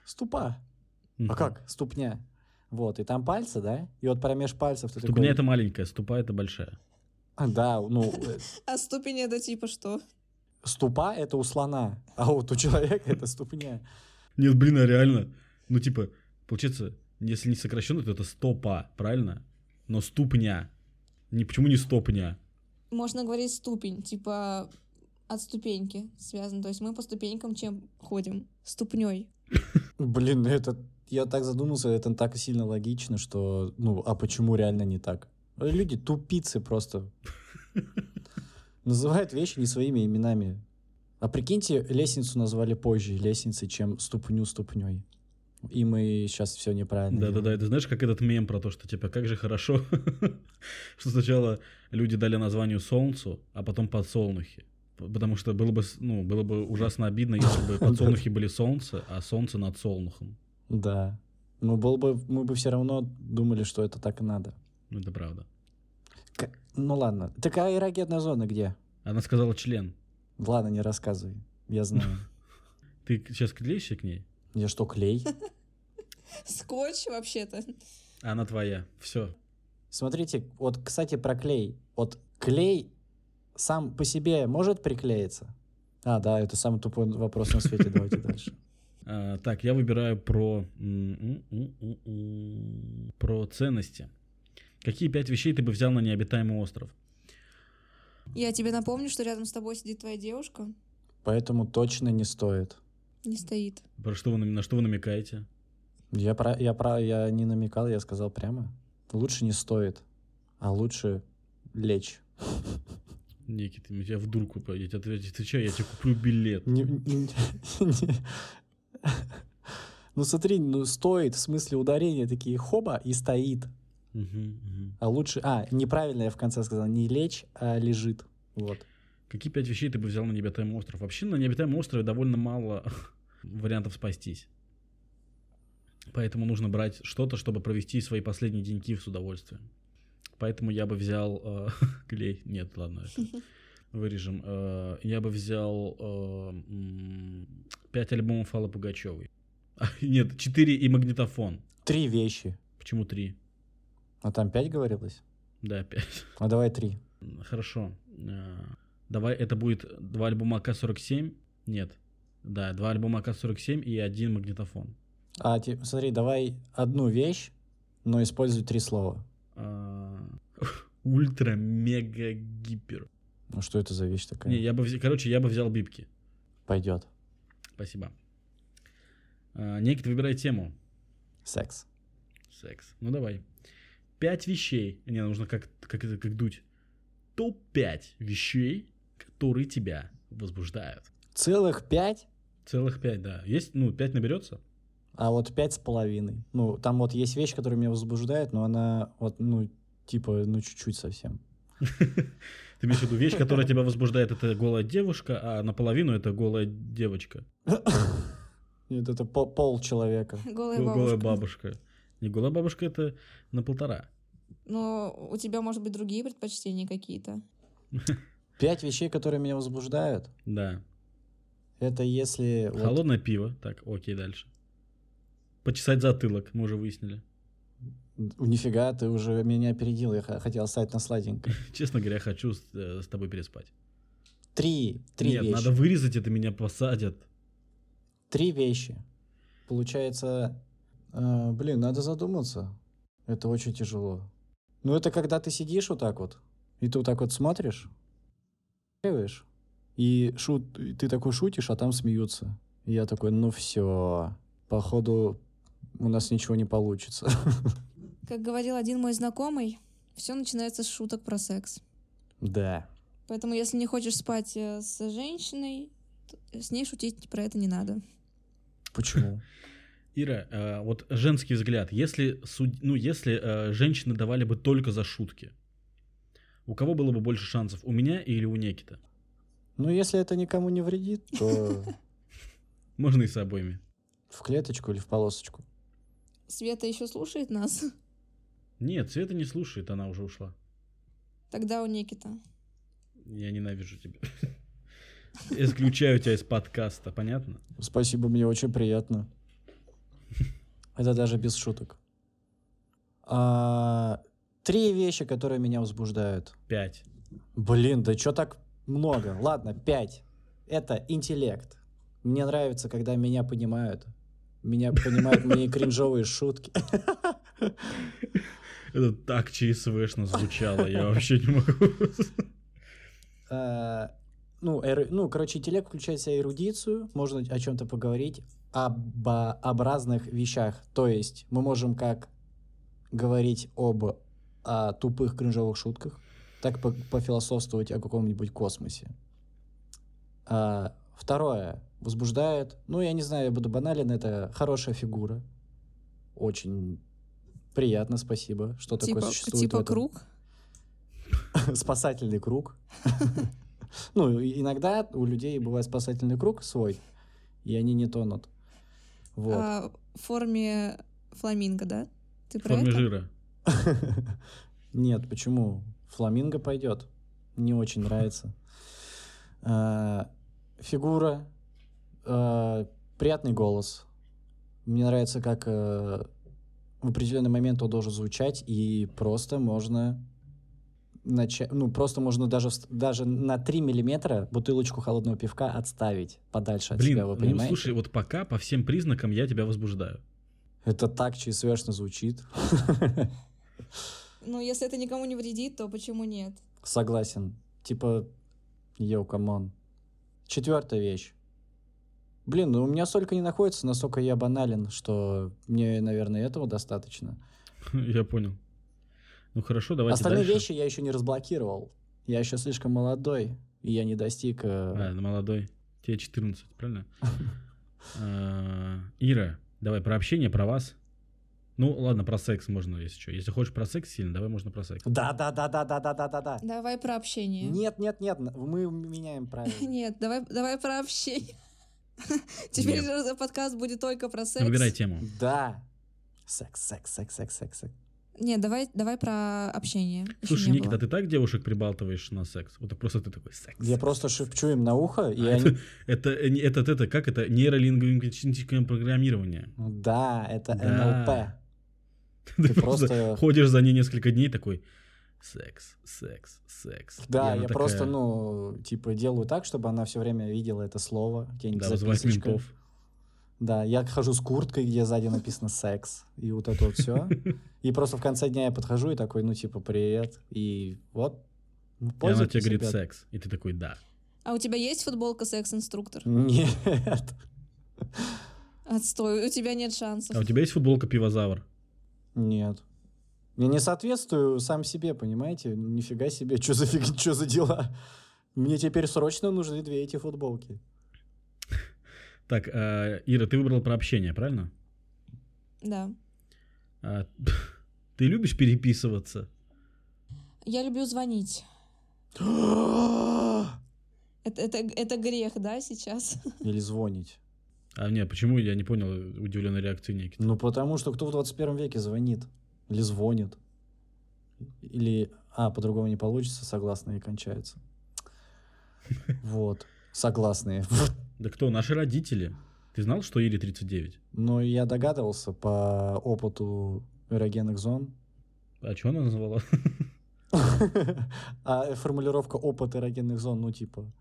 Speaker 2: Ступа.
Speaker 1: Мгм.
Speaker 2: А как? Ступня. Вот, и там пальцы, да? И вот промеж пальцев ты
Speaker 1: Ступня — Типа, это
Speaker 2: такой...
Speaker 1: маленькая, ступа — это большая.
Speaker 2: А, [laughs] Да, ну, э,
Speaker 3: А ступень это типа что?
Speaker 2: ступа — это у слона, а вот у человека — это ступня.
Speaker 1: Нет, блин, а реально. Ну, типа, получается, если не сокращенно, то это стопа, правильно? Но ступня. Ни, почему не стопня?
Speaker 3: Можно говорить ступень, типа от ступеньки связан. То есть мы по ступенькам чем ходим? Ступней.
Speaker 2: Блин, ну это... Я так задумался, это так сильно логично, что... Ну, а почему реально не так? Люди тупицы просто. Называют вещи не своими именами. А прикиньте, лестницу назвали позже лестницей, чем ступню ступней. И мы сейчас все неправильно.
Speaker 1: Да-да-да, это знаешь, как этот мем про то, что, типа, как же хорошо, [laughs] что сначала люди дали названию солнцу, а потом подсолнухи. П- Потому что было бы, с- ну, было бы ужасно обидно, если бы подсолнухи были солнце, а солнце над солнухом.
Speaker 2: делаем. Да. Но был бы, мы бы все равно думали, что это так и надо.
Speaker 1: Ну, Это правда.
Speaker 2: К- Ну ладно. Такая ирогенная зона где?
Speaker 1: Она сказала член.
Speaker 2: Ладно, не рассказывай. Я знаю.
Speaker 1: Ты сейчас клеишься к ней?
Speaker 2: Я что, клей?
Speaker 3: Скотч вообще-то.
Speaker 1: А Она твоя. Все.
Speaker 2: Смотрите, вот, кстати, про клей. Вот клей сам по себе может приклеиться? А, да, это самый тупой вопрос на свете. Давайте дальше.
Speaker 1: А, так, я выбираю про... м, м, м, м, м, Про ценности. Какие пять вещей ты бы взял на необитаемый остров?
Speaker 3: Я тебе напомню, что рядом с тобой сидит твоя девушка.
Speaker 2: Поэтому точно не стоит.
Speaker 3: Не стоит.
Speaker 1: Про что вы, нам- на что вы намекаете?
Speaker 2: Я, про, я, про, я не намекал, я сказал прямо. Лучше не стоит, а лучше лечь.
Speaker 1: Никита, я тебя в дурку по- я тебе отвечу, ты чё, я тебе куплю билет.
Speaker 2: Не- не- не- Ну смотри, ну стоит, в смысле ударения такие хоба и стоит.
Speaker 1: Мгм, мгм.
Speaker 2: А лучше... А, неправильно я в конце сказал, не лечь, а лежит. Вот.
Speaker 1: Какие пять вещей ты бы взял на необитаемый остров? Вообще на необитаемом острове довольно мало [laughs] вариантов спастись. Поэтому нужно брать что-то, чтобы провести свои последние деньки с удовольствием. Поэтому я бы взял э, [laughs] клей. Нет, ладно, это вырежем. Э, я бы взял э, м, пять альбомов Аллы Пугачевой. [laughs] Нет, четыре и магнитофон.
Speaker 2: Три вещи.
Speaker 1: Почему три?
Speaker 2: А там пять говорилось?
Speaker 1: Да, пять.
Speaker 2: А давай три.
Speaker 1: Хорошо. Э, Давай, это будет два альбома АК-47. Нет. Да, два альбома АК-47 и один магнитофон.
Speaker 2: А, ти- смотри, давай одну вещь, но используй три слова.
Speaker 1: [laughs] А, Ультра-мега-гипер.
Speaker 2: Ну что это за вещь такая?
Speaker 1: Не, я бы взял, короче, я бы взял бибки.
Speaker 2: Пойдет.
Speaker 1: Спасибо. А, Никит, выбирай тему.
Speaker 2: Секс.
Speaker 1: Секс. Ну давай. Пять вещей. Не, нужно как, как это как дуть. Топ-5 вещей, которые тебя возбуждают.
Speaker 2: Целых пять,
Speaker 1: Целых пять, да. Есть, ну, пять наберется?
Speaker 2: а вот пять с половиной. Ну, там вот есть вещь, которая меня возбуждает, но она вот, ну, типа, ну, чуть-чуть совсем. [laughs]
Speaker 1: Ты имеешь в виду вещь, которая тебя возбуждает, это голая девушка, а наполовину это голая девочка.
Speaker 2: Нет, это пол, пол человека.
Speaker 3: Голая
Speaker 1: Гол-
Speaker 3: бабушка.
Speaker 1: Голая бабушка. Не голая бабушка, это на полтора.
Speaker 3: Но у тебя, может быть, другие предпочтения какие-то.
Speaker 2: Пять вещей, которые меня возбуждают,
Speaker 1: Да.
Speaker 2: это если... вот-
Speaker 1: Холодное пиво. Так, окей, дальше. Почесать затылок, мы уже выяснили. [laughs]
Speaker 2: Нифига, ты уже меня опередил, я х- хотел оставить на сладенькое.
Speaker 1: Честно говоря, хочу с, э, с тобой переспать.
Speaker 2: Три, три
Speaker 1: Нет,
Speaker 2: вещи.
Speaker 1: надо вырезать это, меня посадят.
Speaker 2: Три вещи. Получается, э, блин, надо задуматься. Это очень тяжело. Ну, это когда ты сидишь вот так вот, и ты вот так вот смотришь, делаешь, и шут, и ты такой шутишь, а там смеются. И я такой, ну все, походу у нас ничего не получится. [laughs]
Speaker 3: Как говорил один мой знакомый, все начинается с шуток про секс.
Speaker 2: Да.
Speaker 3: Поэтому, если не хочешь спать э, с женщиной, то с ней шутить про это не надо.
Speaker 2: Почему?
Speaker 1: Ира, э, вот женский взгляд. Если, суд- ну, если э, женщины давали бы только за шутки, у кого было бы больше шансов, у меня или у Некита?
Speaker 2: Ну, если это никому не вредит, то
Speaker 1: Можно и с обоими.
Speaker 2: в клеточку или в полосочку.
Speaker 3: Света еще слушает нас? [laughs]
Speaker 1: Нет, Света не слушает, она уже ушла.
Speaker 3: Тогда у Никита.
Speaker 1: Я ненавижу тебя. [laughs] Исключаю тебя из подкаста, понятно?
Speaker 2: Спасибо, мне очень приятно. Это даже без шуток. А, Три вещи, которые меня возбуждают.
Speaker 1: Пять.
Speaker 2: Блин, да чё так много? Ладно, пять. Это интеллект. Мне нравится, когда меня понимают. Меня понимают мои кринжовые шутки.
Speaker 1: Это так ЧСВшно звучало, я вообще не могу.
Speaker 2: [laughs] А, ну, эру- ну, короче, интеллект включает в себя эрудицию, можно о чем-то поговорить, об, об разных вещах. То есть мы можем как говорить об а, тупых кринжовых шутках, так по- пофилософствовать о каком-нибудь космосе. А, второе, возбуждает, ну, я не знаю, я буду банален, это хорошая фигура. Очень приятно, спасибо, что
Speaker 3: типа
Speaker 2: такое существует. в
Speaker 3: типа
Speaker 2: этом
Speaker 3: круг.
Speaker 2: [laughs] спасательный круг. [laughs] Ну, и- иногда у людей бывает спасательный круг свой, и они не тонут. Вот.
Speaker 3: а, в форме фламинго, да? Ты
Speaker 1: В
Speaker 3: про
Speaker 1: форме
Speaker 3: это?
Speaker 1: жира.
Speaker 2: [laughs] Нет, почему? Фламинго пойдет. Не очень нравится. А, Фигура. а, Приятный голос. Мне нравится, как э, в определенный момент он должен звучать, и просто можно начать, ну, просто можно даже, вс- даже на 3 миллиметра бутылочку холодного пивка отставить подальше от
Speaker 1: Блин,
Speaker 2: себя, вы
Speaker 1: ну
Speaker 2: А понимаете?
Speaker 1: слушай, вот пока по всем признакам я тебя возбуждаю. [laughs]
Speaker 2: Это так чрезмерно звучит.
Speaker 3: Ну, если это никому не вредит, то почему нет?
Speaker 2: Согласен. Типа, йоу, камон. Четвертая вещь. Блин, ну у меня столько не находится, насколько я банален, что мне, наверное, этого достаточно.
Speaker 1: Я понял. Ну хорошо, давайте
Speaker 2: Остальные
Speaker 1: дальше.
Speaker 2: вещи я еще не разблокировал. Я еще слишком молодой, и я не достиг... э,
Speaker 1: А, ну, молодой. Тебе
Speaker 2: [laughs]
Speaker 1: 14, правильно? А, Ира, давай про общение, про вас. Ну, ладно, про секс можно, если что. Если хочешь про секс сильно, давай можно про секс.
Speaker 2: Да, да, да, да, да, да, да, да, да.
Speaker 3: Давай про общение.
Speaker 2: Нет, нет, нет, н- мы
Speaker 1: [laughs]
Speaker 2: меняем правила.
Speaker 3: Нет, давай, давай про общение. [laughs] Теперь
Speaker 1: Нет.
Speaker 3: же подкаст будет только про секс.
Speaker 1: Ну, Выбирай тему.
Speaker 2: Да. Секс, секс, секс, секс, секс, секс.
Speaker 3: Нет, давай, давай про общение. Ещё
Speaker 1: Слушай,
Speaker 3: не
Speaker 1: Никита,
Speaker 3: было.
Speaker 1: ты так девушек прибалтываешь на секс? Вот просто ты такой секс.
Speaker 2: Я
Speaker 1: секс,
Speaker 2: просто
Speaker 1: секс,
Speaker 2: шепчу им на ухо, и
Speaker 1: А,
Speaker 2: они...
Speaker 1: Это, э, не- это, это, как это? Нейролингвистическое программирование.
Speaker 2: Да, это
Speaker 1: Да.
Speaker 2: НЛП.
Speaker 1: [laughs] Ты
Speaker 2: Ты просто...
Speaker 1: ходишь за ней несколько дней такой, секс, секс, секс. И
Speaker 2: Да,
Speaker 1: она
Speaker 2: я просто,
Speaker 1: такая,
Speaker 2: ну, типа, делаю так, чтобы она все время видела это слово. где-нибудь
Speaker 1: Да, вызывать
Speaker 2: записочка.
Speaker 1: ментов.
Speaker 2: Да, я хожу с курткой, где сзади написано «секс», и вот это
Speaker 1: [laughs]
Speaker 2: вот все. И просто в конце дня я подхожу и такой, ну, типа, привет, и вот. ну,
Speaker 1: И она
Speaker 2: пользуйтесь,
Speaker 1: тебе говорит
Speaker 2: ребят.
Speaker 1: секс. И ты такой, да.
Speaker 3: А у тебя есть футболка секс-инструктор?
Speaker 2: Нет. [laughs]
Speaker 3: Отстой, у тебя нет шансов.
Speaker 1: А у тебя есть футболка пивозавр?
Speaker 2: Нет. Я не соответствую сам себе, понимаете? Нифига себе, что за фиг, что за дела? Мне теперь срочно нужны две эти футболки. [gasps]
Speaker 1: Так, а, Ира, ты выбрал про общение, правильно?
Speaker 3: Да.
Speaker 1: А, [laughs] Ты любишь переписываться?
Speaker 3: Я люблю звонить. Это, это, это грех, да, сейчас? [laughs]
Speaker 2: Или звонить.
Speaker 1: А нет, почему я не понял удивленной реакции Никиты?
Speaker 2: Ну, потому что кто в 21 веке звонит? Или звонит? Или, а, по-другому не получится, согласные кончаются. Вот, согласные.
Speaker 1: Да кто? Наши родители. Ты знал, что Ире 39?
Speaker 2: Но я догадывался по опыту эрогенных зон. [laughs]
Speaker 1: А что она назвала?
Speaker 2: А формулировка опыт эрогенных зон, ну, типа...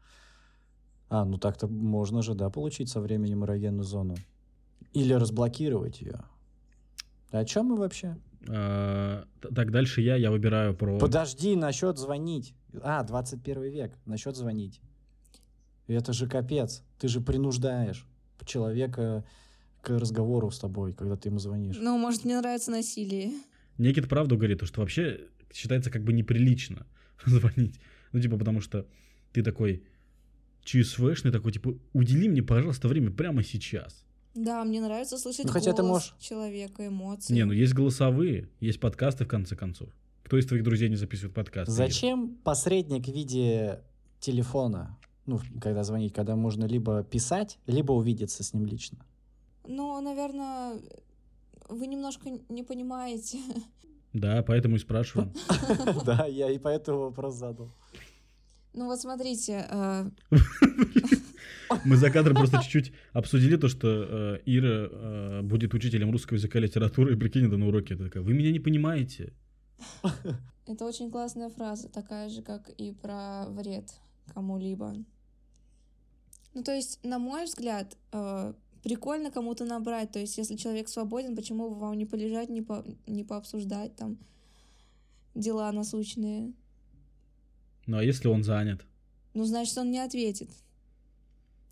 Speaker 2: А, ну так-то можно же, да, получить со временем эрогенную зону. Или разблокировать ее. О чем мы вообще?
Speaker 1: А, т- Так, дальше я, я выбираю про...
Speaker 2: Подожди, насчет звонить. А, 21 век, насчет звонить. Это же капец. Ты же принуждаешь человека к разговору с тобой, когда ты ему звонишь.
Speaker 3: Ну, может, мне нравится насилие.
Speaker 1: Никит правду говорит, то, что вообще считается как бы неприлично [laughs] звонить. Ну, типа, потому что ты такой ЧСВшный, такой, типа, удели мне, пожалуйста, время прямо сейчас.
Speaker 3: Да, мне нравится слышать
Speaker 2: Ну, хотя ты
Speaker 3: голос
Speaker 2: можешь-
Speaker 3: человека, эмоции.
Speaker 1: Не, ну есть голосовые, есть подкасты, в конце концов. Кто из твоих друзей не записывает подкасты? Ир?
Speaker 2: Зачем посредник в виде телефона? Ну, когда звонить, когда можно либо писать, либо увидеться с ним лично. [laughs]
Speaker 3: Ну, наверное, вы немножко не понимаете. [laughs]
Speaker 1: Да, поэтому и спрашиваю.
Speaker 2: Да, я и поэтому вопрос задал.
Speaker 3: Ну вот смотрите, э,
Speaker 1: Мы за кадром просто чуть-чуть обсудили то, что э, Ира э, будет учителем русского языка и литературы, и прикинь, это на уроке. Ты такая, вы меня не понимаете.
Speaker 3: это очень классная фраза, такая же, как и про вред кому-либо. Ну то есть, на мой взгляд, э, прикольно кому-то набрать. То есть, если человек свободен, почему бы вам не полежать, не, по, не пообсуждать там дела насущные?
Speaker 1: Ну, а если он занят?
Speaker 3: Ну, значит, он не ответит.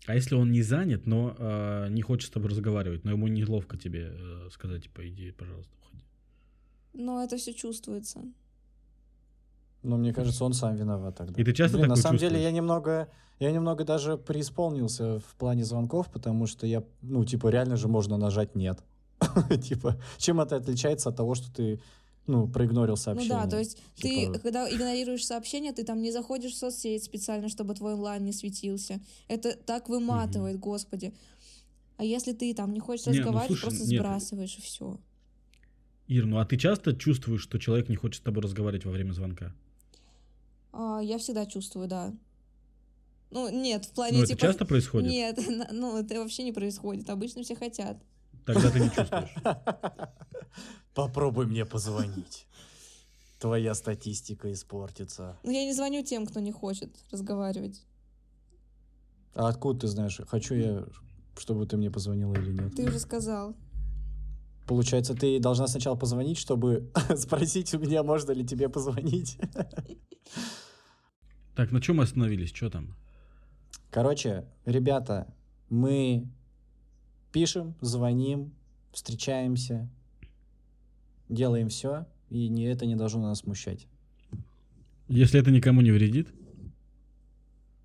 Speaker 1: А если он не занят, но э, не хочет с тобой разговаривать, но ему неловко тебе э, сказать, типа, иди, пожалуйста, уходи.
Speaker 3: Но это все чувствуется.
Speaker 2: Но мне кажется, он сам виноват тогда.
Speaker 1: И ты часто
Speaker 2: Блин, на
Speaker 1: такое
Speaker 2: самом деле
Speaker 1: чувствуешь?
Speaker 2: я немного, я немного даже преисполнился в плане звонков, потому что я, ну, типа, реально же можно нажать «нет». [laughs] Типа, чем это отличается от того, что ты, ну, проигнорил сообщение?
Speaker 3: Ну да, то есть
Speaker 2: Типа-
Speaker 3: ты, когда игнорируешь сообщение, ты там не заходишь в соцсеть специально, чтобы твой онлайн не светился. Это так выматывает, господи. А если ты там не хочешь
Speaker 1: Не, ну
Speaker 3: разговаривать,
Speaker 1: слушай,
Speaker 3: просто
Speaker 1: нет.
Speaker 3: сбрасываешь и все.
Speaker 1: Ир, ну а ты часто чувствуешь, что человек не хочет с тобой разговаривать во время звонка?
Speaker 3: А, я всегда чувствую, да. Ну, нет, в плане
Speaker 1: Ну, это
Speaker 3: типа.
Speaker 1: часто происходит?
Speaker 3: Нет, [laughs] ну это вообще не происходит. Обычно все хотят.
Speaker 1: Тогда ты не чувствуешь.
Speaker 2: [laughs] Попробуй мне позвонить. Твоя статистика испортится.
Speaker 3: Но я не звоню тем, кто не хочет разговаривать.
Speaker 2: А откуда ты знаешь, хочу я, чтобы ты мне позвонила или нет?
Speaker 3: Ты уже сказал.
Speaker 2: Получается, ты должна сначала позвонить, чтобы [laughs] спросить у меня, можно ли тебе позвонить.
Speaker 1: Так, на чем мы остановились? Что там?
Speaker 2: Короче, ребята, мы пишем, звоним, встречаемся, делаем все, и не, это не должно нас смущать.
Speaker 1: Если это никому не вредит.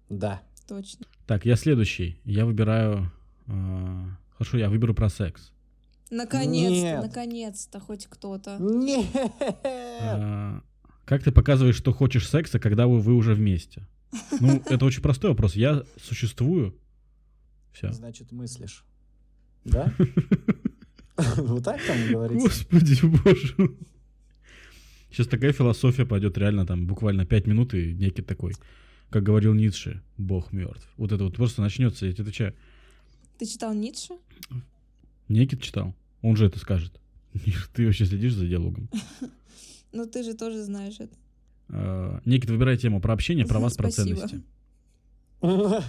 Speaker 2: Да.
Speaker 3: Точно.
Speaker 1: Так, я следующий. Я выбираю... э, хорошо, я выберу про секс.
Speaker 3: Наконец-то,
Speaker 2: Нет.
Speaker 3: наконец-то хоть кто-то. Э.
Speaker 2: Нет!
Speaker 1: А, Как ты показываешь, что хочешь секса, когда вы, вы уже вместе? Ну, это очень простой вопрос. Я существую. Все.
Speaker 2: Значит, мыслишь. Да? Вот так там говорится?
Speaker 1: Господи, [laughs] боже. Сейчас такая философия пойдет реально там буквально 5 минут и некий такой, как говорил Ницше, бог мертв. Вот это вот просто начнется, я тебе отвечаю.
Speaker 3: Ты читал Ницше?
Speaker 1: Некит читал, он же это скажет. [laughs] Ты вообще следишь за диалогом?
Speaker 3: Ну ты же тоже знаешь это.
Speaker 1: А, Некит, выбирай тему про общение, про вас, про
Speaker 3: Спасибо.
Speaker 1: ценности.
Speaker 2: [laughs]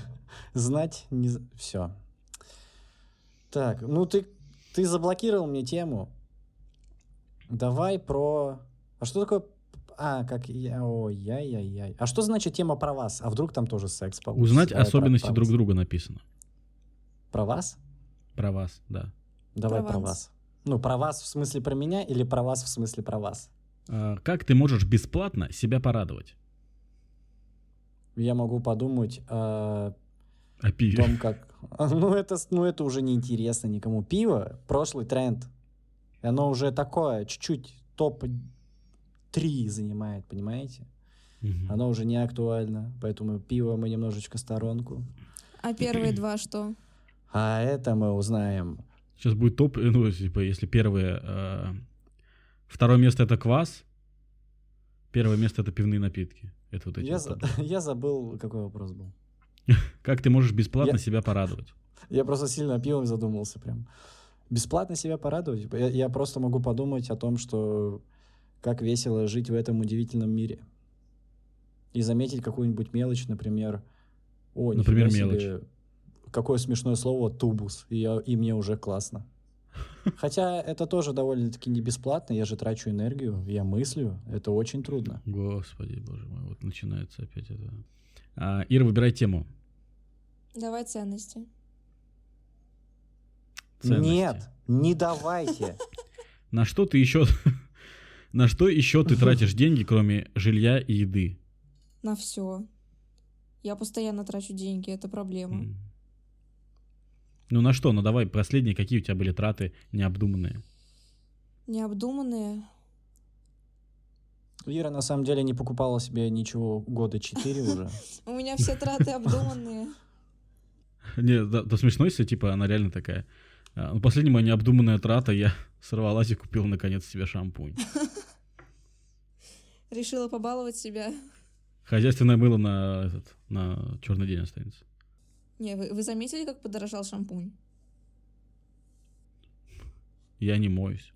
Speaker 2: Знать не... Все. Так, ну ты, ты заблокировал мне тему. Давай про... А что такое... А, как... я- Ой, яй-яй-яй. А что значит тема про вас? А вдруг там тоже секс получится?
Speaker 1: Узнать
Speaker 2: Давай про-
Speaker 1: особенности
Speaker 2: про
Speaker 1: друг
Speaker 2: вас.
Speaker 1: друга написано.
Speaker 2: Про вас?
Speaker 1: Про вас, да.
Speaker 2: Давай
Speaker 3: Про
Speaker 2: про
Speaker 3: вас.
Speaker 2: вас. Ну, про вас в смысле про меня или про вас в смысле про вас?
Speaker 1: А, Как ты можешь бесплатно себя порадовать?
Speaker 2: Я могу подумать а, о
Speaker 1: О пиве.
Speaker 2: [laughs] том, как... Ну, это, с- ну, это уже неинтересно никому. Пиво — прошлый тренд. И Оно уже такое, чуть-чуть топ-3 занимает, понимаете?
Speaker 1: Мгм.
Speaker 2: Оно уже не актуально, поэтому пиво мы немножечко в сторонку. [clears throat]
Speaker 3: А первые два что?
Speaker 2: А это мы узнаем.
Speaker 1: Сейчас будет топ, э, ну, типа, если первое... э, Второе место — это квас. Первое место — это пивные напитки. Это вот эти.
Speaker 2: Я,
Speaker 1: вот
Speaker 2: за- [laughs]
Speaker 1: топы.
Speaker 2: я забыл, какой вопрос был.
Speaker 1: Как ты можешь бесплатно
Speaker 2: Я-
Speaker 1: себя порадовать?
Speaker 2: Я просто сильно пивом задумался прям. Бесплатно себя порадовать. Типа, Я, я просто могу подумать о том, что как весело жить в этом удивительном мире. И заметить какую-нибудь мелочь, например. О, нифига
Speaker 1: Например,
Speaker 2: себе,
Speaker 1: мелочь.
Speaker 2: Какое смешное слово тубус. И, я- и мне
Speaker 1: [laughs]
Speaker 2: уже классно. Хотя это тоже довольно-таки не бесплатно. Я же трачу энергию, я мыслю. Это очень трудно.
Speaker 1: Господи, боже мой, вот начинается опять это. А, Ира, выбирай тему.
Speaker 3: Давай ценности.
Speaker 1: Ценности.
Speaker 2: Нет, не давайте.
Speaker 1: На что ты еще... [laughs] На что еще ты
Speaker 2: [laughs]
Speaker 1: тратишь деньги, кроме жилья и еды?
Speaker 3: На все. Я постоянно трачу деньги, это проблема.
Speaker 1: М. Ну на что? Ну давай, последние, какие у тебя были траты необдуманные?
Speaker 3: Необдуманные.
Speaker 2: Ира на самом деле не покупала себе ничего года 4 уже.
Speaker 3: У меня все траты обдуманные.
Speaker 1: Не, да, да смешно, если типа она реально такая. а, Ну, последняя моя необдуманная трата, я [laughs] сорвалась и купил наконец себе шампунь.
Speaker 3: Решила побаловать себя.
Speaker 1: Хозяйственное мыло на, этот, на черный день останется.
Speaker 3: Не, вы, вы заметили, как подорожал шампунь?
Speaker 1: Я не моюсь.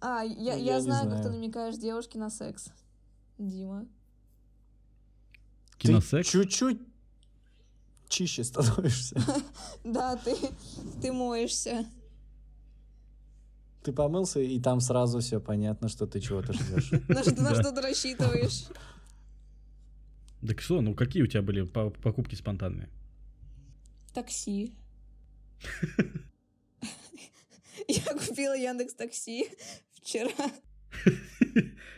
Speaker 3: А, я,
Speaker 2: Ну,
Speaker 3: я
Speaker 2: я не
Speaker 3: знаю, как ты
Speaker 2: знаю.
Speaker 3: намекаешь девушке на секс. Дима.
Speaker 2: Ты
Speaker 1: Киносекс?
Speaker 2: чуть-чуть чище становишься.
Speaker 3: Да, ты, ты моешься.
Speaker 2: Ты помылся, и там сразу все понятно, что ты чего-то ждешь.
Speaker 3: На что,
Speaker 2: [laughs]
Speaker 3: на
Speaker 1: Да.
Speaker 3: что ты рассчитываешь?
Speaker 1: Так что, ну какие у тебя были по- покупки спонтанные?
Speaker 2: [laughs]
Speaker 3: Такси. Я купила Яндекс Такси вчера.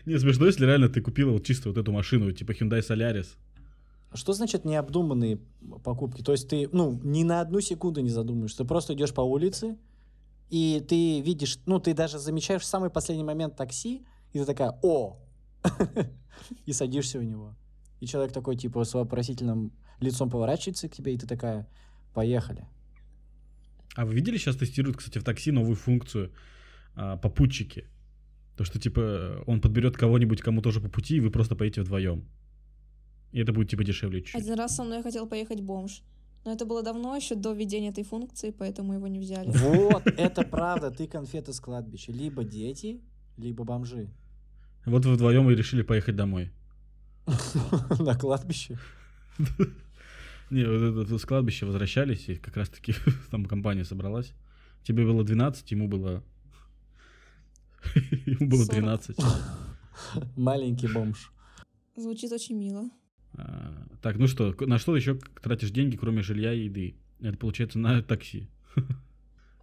Speaker 1: Не смешно, если реально ты купила вот чисто вот эту машину, типа Hyundai Solaris.
Speaker 2: Что значит необдуманные покупки? То есть ты, ну, ни на одну секунду не задумаешься. Ты просто идешь по улице, и ты видишь, ну, ты даже замечаешь в самый последний момент такси, и ты такая «О!» [laughs] И садишься в него. И человек такой, типа, с вопросительным лицом поворачивается к тебе, и ты такая «Поехали».
Speaker 1: А вы видели, сейчас тестируют, кстати, в такси новую функцию а, попутчики. То, что типа он подберет кого-нибудь, кому тоже по пути, и вы просто поедете вдвоем. И это будет типа дешевле чуть-чуть.
Speaker 3: Один раз со мной хотел поехать бомж. Но это было давно, еще до введения этой функции, поэтому его не взяли.
Speaker 2: [laughs] Вот, это правда, ты конфеты с кладбища. Либо дети, либо бомжи. [laughs]
Speaker 1: Вот вы вдвоем и решили поехать домой.
Speaker 2: На кладбище.
Speaker 1: Не, вот это- это с кладбища возвращались, и как раз таки [laughs] там компания собралась. Тебе было 12, ему было... [laughs] Ему было
Speaker 3: Сорок.
Speaker 1: 13.
Speaker 2: Маленький бомж.
Speaker 3: Звучит очень мило.
Speaker 1: А, Так, ну что, к- на что еще к- тратишь деньги, кроме жилья и еды? Это получается на такси.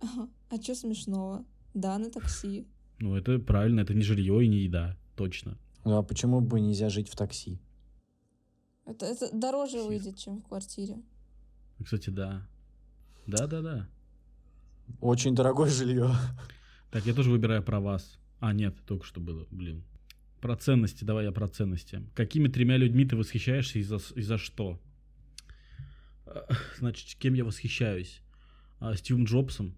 Speaker 3: Ага. А что смешного? Да, на такси.
Speaker 1: Ну, это правильно, это не жилье и не еда, точно.
Speaker 2: Ну, а почему бы нельзя жить в такси?
Speaker 3: Это, это дороже
Speaker 1: Таксист.
Speaker 3: выйдет, чем в квартире.
Speaker 1: Кстати, да. Да-да-да.
Speaker 2: Очень дорогое жилье.
Speaker 1: Так, я тоже выбираю про вас. А, нет, только что было, блин. Про ценности, давай я про ценности. Какими тремя людьми ты восхищаешься и за, с- и за что? Э, [laughs] Значит, кем я восхищаюсь? А, Стивом Джобсом.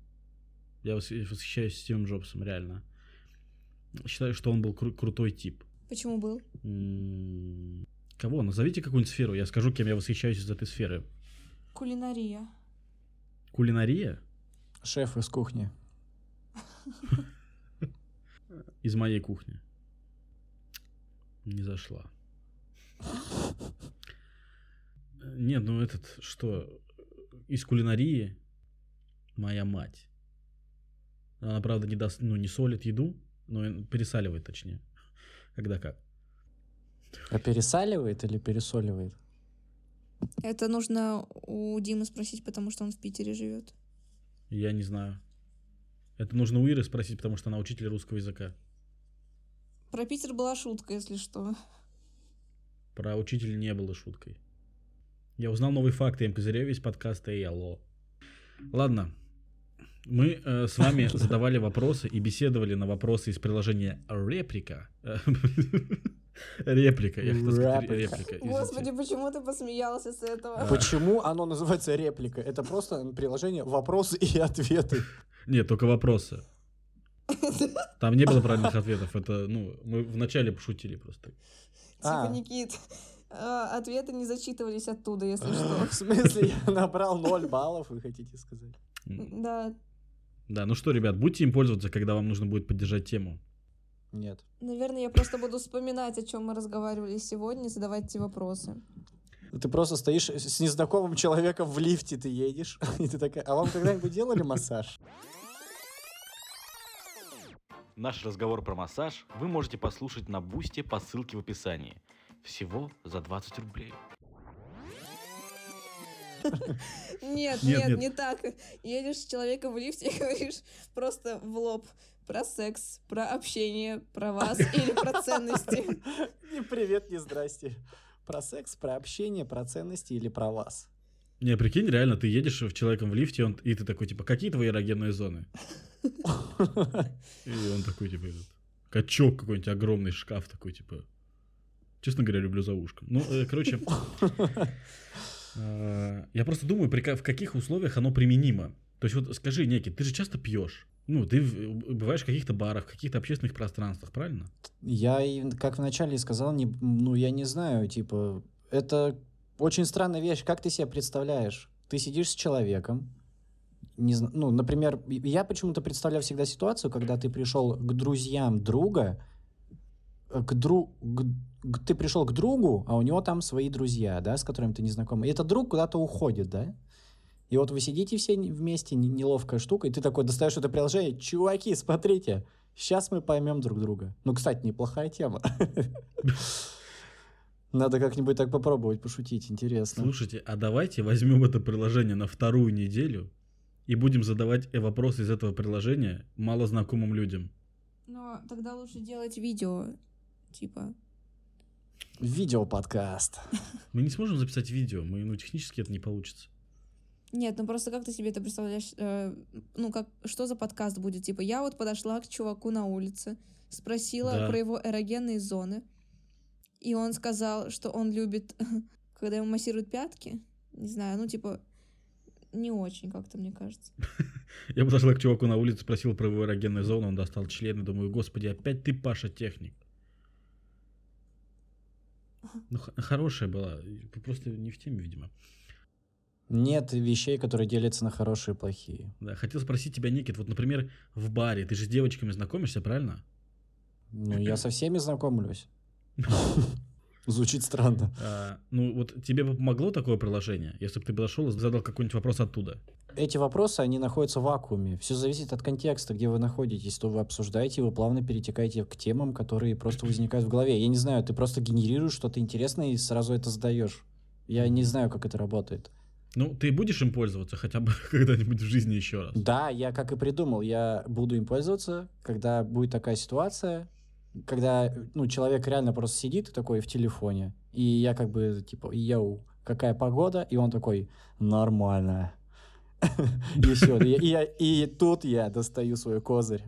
Speaker 1: Я вос- восхищаюсь Стивом Джобсом, реально. Считаю, что он был кру- крутой тип.
Speaker 3: Почему был?
Speaker 1: М, Кого? Назовите какую-нибудь сферу, я скажу, кем я восхищаюсь из этой сферы.
Speaker 3: Кулинария.
Speaker 1: Кулинария?
Speaker 2: Шеф из кухни.
Speaker 1: из моей кухни. Не зашла. Нет, ну этот, что, из кулинарии моя мать. Она, правда, не, даст, ну, не солит еду, но и пересаливает, точнее. Когда как.
Speaker 2: А пересаливает или пересоливает?
Speaker 3: Это нужно у Димы спросить, потому что он в Питере живет.
Speaker 1: Я не знаю. Это нужно у Иры спросить, потому что она учитель русского языка.
Speaker 3: Про Питер была шутка, если что.
Speaker 1: Про учителя не было шуткой. Я узнал новый факт, я им козыряю весь подкаст, и алло. Ладно, мы э, с вами задавали вопросы и беседовали на вопросы из приложения Реплика. [laughs] Э, Реплика, я хотел сказать ре-
Speaker 2: Реплика.
Speaker 1: реплика.
Speaker 3: Господи,
Speaker 1: извините.
Speaker 3: почему ты посмеялся с этого?
Speaker 1: А.
Speaker 2: Почему оно называется реплика? Это просто приложение вопросы и ответы.
Speaker 1: Нет, только вопросы. Там не было правильных ответов. Это, ну, мы вначале пошутили просто.
Speaker 2: А.
Speaker 3: Типа, Никит, а, ответы не зачитывались
Speaker 2: [gasps]
Speaker 3: оттуда, если что.
Speaker 2: В смысле, я набрал 0 баллов, вы хотите сказать?
Speaker 1: М,
Speaker 3: Да,
Speaker 1: Да, ну что, ребят, будьте им пользоваться, когда вам нужно будет поддержать тему.
Speaker 2: Нет.
Speaker 3: наверное, я просто буду вспоминать, о чем мы разговаривали сегодня, и задавать те вопросы.
Speaker 2: Ты просто стоишь с незнакомым человеком в лифте, ты едешь, [laughs] и ты такая, а вам когда-нибудь делали массаж?
Speaker 4: Наш разговор про массаж вы можете послушать на Бусте по ссылке в описании. Всего за 20 рублей.
Speaker 1: Нет,
Speaker 3: Нет, нет,
Speaker 1: нет.
Speaker 3: не так. Едешь с человеком в лифте и [laughs] говоришь просто в лоб про секс, про общение, про вас или про ценности.
Speaker 2: Ни привет, ни здрасте. Про секс, про общение, про ценности или про вас?
Speaker 1: Не, прикинь, реально, ты едешь в человеком в лифте, он, и ты такой, типа, какие твои эрогенные зоны? И он такой, типа, этот, качок какой-нибудь, огромный шкаф такой, типа, честно говоря, люблю за ушко. Ну, э, короче, э, я просто думаю, при ка- в каких условиях оно применимо. То есть вот скажи, Некий, ты же часто пьешь. Ну, ты в- бываешь в каких-то барах, в каких-то общественных пространствах, правильно?
Speaker 2: Я, и, как вначале и сказал, не, ну, я не знаю, типа, это очень странная вещь. Как ты себе представляешь? Ты сидишь с человеком, не зн- ну, например, и- я почему-то представляю всегда ситуацию, когда ты пришел к друзьям друга, э, к дру, к д- к- ты пришел к другу, а у него там свои друзья, да, с которыми ты не знаком. И этот друг куда-то уходит, да? И вот вы сидите все н- вместе, н- неловкая штука, и ты такой достаешь это приложение, чуваки, смотрите, Сейчас мы поймем друг друга. Ну, кстати, неплохая тема. Надо как-нибудь так попробовать пошутить, интересно.
Speaker 1: Слушайте, а давайте возьмем это приложение на вторую неделю и будем задавать э, вопросы из этого приложения малознакомым людям.
Speaker 3: Но тогда лучше делать видео, типа.
Speaker 2: Видео-подкаст.
Speaker 1: Мы не сможем записать видео, мы, ну, технически это не получится.
Speaker 3: Нет, ну просто как ты себе это представляешь? э, ну как, что за подкаст будет? Типа, я вот подошла к чуваку на улице, спросила
Speaker 1: Да.
Speaker 3: про его эрогенные зоны, и он сказал, что он любит, [laughs] когда ему массируют пятки. Не знаю, ну типа, не очень как-то, мне кажется.
Speaker 1: Я подошла к чуваку на улице, спросил про его эрогенную зону, он достал член и думаю, господи, опять ты, Паша, техник. Ну, х- хорошая была, п- просто не в теме, видимо.
Speaker 2: Нет вещей, которые делятся на хорошие и плохие.
Speaker 1: Да, хотел спросить тебя, Никит, вот, например, в баре, ты же с девочками знакомишься, правильно?
Speaker 2: Ну, я со всеми знакомлюсь. Звучит странно.
Speaker 1: А, ну, вот тебе бы помогло такое приложение, если бы ты подошел и задал какой-нибудь вопрос оттуда?
Speaker 2: Эти вопросы, они находятся в вакууме. Все зависит от контекста, где вы находитесь, то вы обсуждаете, и вы плавно перетекаете к темам, которые просто возникают в голове. Я не знаю, ты просто генерируешь что-то интересное и сразу это задаешь. Я не знаю, как это работает.
Speaker 1: Ну, ты будешь им пользоваться хотя бы [laughs] когда-нибудь в жизни еще раз?
Speaker 2: Да, я как и придумал, я буду им пользоваться, когда будет такая ситуация, когда ну, человек реально просто сидит такой в телефоне, и я как бы типа, йоу, какая погода, и он такой, нормально. [laughs] Еще. И, я- и тут я достаю свой козырь.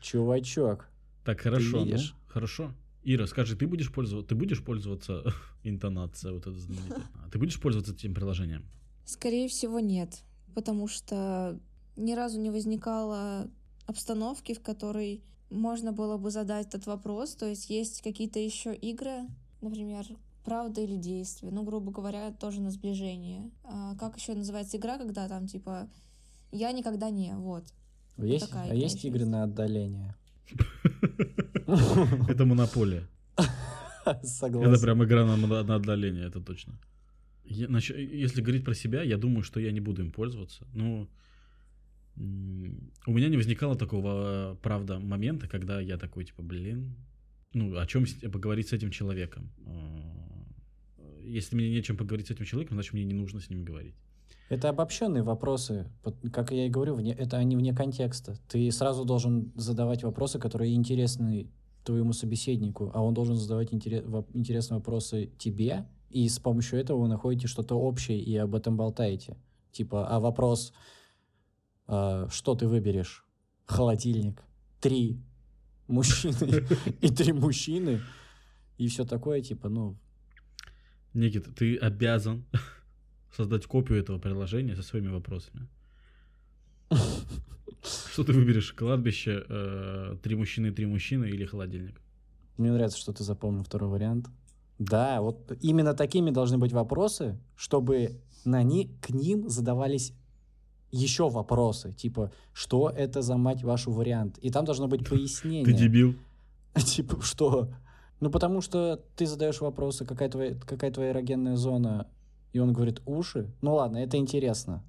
Speaker 2: Чувачок.
Speaker 1: Так, хорошо. ну,
Speaker 2: видишь?
Speaker 1: Хорошо. Ира, скажи, ты будешь пользоваться, ты будешь пользоваться [laughs] интонация вот эта знаменитая? А Ты будешь пользоваться этим
Speaker 2: [laughs]
Speaker 1: приложением?
Speaker 3: Скорее всего, нет. Потому что ни разу не возникало обстановки, в которой можно было бы задать этот вопрос. То есть есть какие-то еще игры, например, правда или действие. Ну, грубо говоря, тоже на сближение. А как еще называется игра, когда там типа я никогда не, вот.
Speaker 2: Есть,
Speaker 3: такая
Speaker 2: а
Speaker 3: игра
Speaker 2: есть
Speaker 3: еще
Speaker 2: игры
Speaker 3: есть.
Speaker 2: на
Speaker 3: [laughs]
Speaker 2: отдаление? [laughs]
Speaker 1: Это монополия.
Speaker 2: Согласен.
Speaker 1: Это прям игра на, на- на отдаление, это точно. Я- насчё- если говорить про себя, я думаю, что я не буду им пользоваться. Но м, у меня не возникало такого, э, правда, момента, когда я такой, типа, блин, ну, о чем поговорить с этим человеком? Э, Если мне нечем поговорить с этим человеком, значит, мне не нужно с ним говорить.
Speaker 2: Это обобщенные вопросы. Вот, Как я и говорю, вне, это они вне контекста. Ты сразу должен задавать вопросы, которые интересны твоему собеседнику, а он должен задавать интере- воп- интересные вопросы тебе, и с помощью этого вы находите что-то общее и об этом болтаете. Типа, а вопрос, а, что ты выберешь? Холодильник, три мужчины [laughs] и три мужчины, и все такое, типа, ну,
Speaker 1: Никит, ты обязан [laughs] создать копию этого приложения со своими вопросами. Что ты выберешь, кладбище, э, три мужчины, три мужчины или холодильник?
Speaker 2: Мне нравится, что ты запомнил второй вариант. Да, вот именно такими должны быть вопросы, чтобы на ни- к ним задавались еще вопросы, типа, что это за мать вашу вариант? И там должно быть
Speaker 1: Ты
Speaker 2: пояснение.
Speaker 1: дебил?
Speaker 2: [laughs] Типа, что? Ну, потому что ты задаешь вопросы, какая твоя, какая твоя эрогенная зона, и он говорит, уши? Ну ладно, это интересно.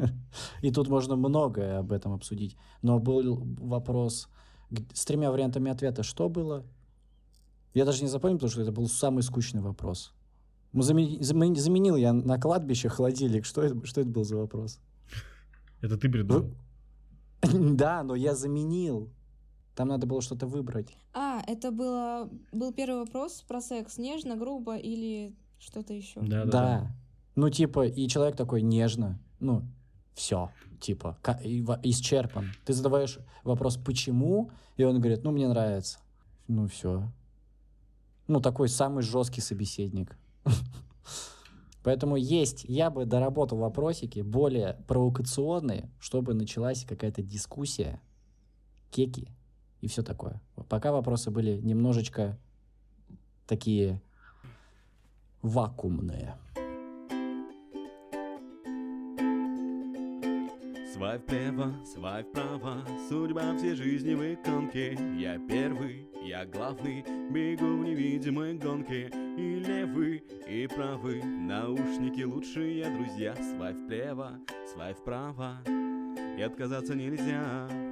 Speaker 2: [laughs] И тут можно многое об этом обсудить. Но был вопрос г- с тремя вариантами ответа, что было? Я даже не запомнил, потому что это был самый скучный вопрос. Ну, замени- замени- Заменил я на кладбище холодильник. Что это, что это был за вопрос?
Speaker 1: Это ты придумал.
Speaker 2: [laughs] Да, но я заменил. Там надо было что-то выбрать.
Speaker 3: А, это было, был первый вопрос про секс. Нежно, грубо или что-то еще.
Speaker 1: Да, да, да.
Speaker 2: Да. Ну, типа, и человек такой нежно. Ну, все, типа, ка- и во- исчерпан. Ты задаваешь вопрос, почему, и он говорит, ну, мне нравится. Ну, все. Ну, такой самый жесткий собеседник. [laughs] Поэтому есть, я бы доработал вопросики более провокационные, чтобы началась какая-то дискуссия, кеки и все такое. Пока вопросы были немножечко такие вакуумные.
Speaker 5: Свайп влево, свайп вправо, судьба всей жизни в иконке. Я первый, я главный, бегу в невидимой гонке. И левый, и правый, наушники лучшие друзья. Свайп влево, свайп вправо, и отказаться нельзя.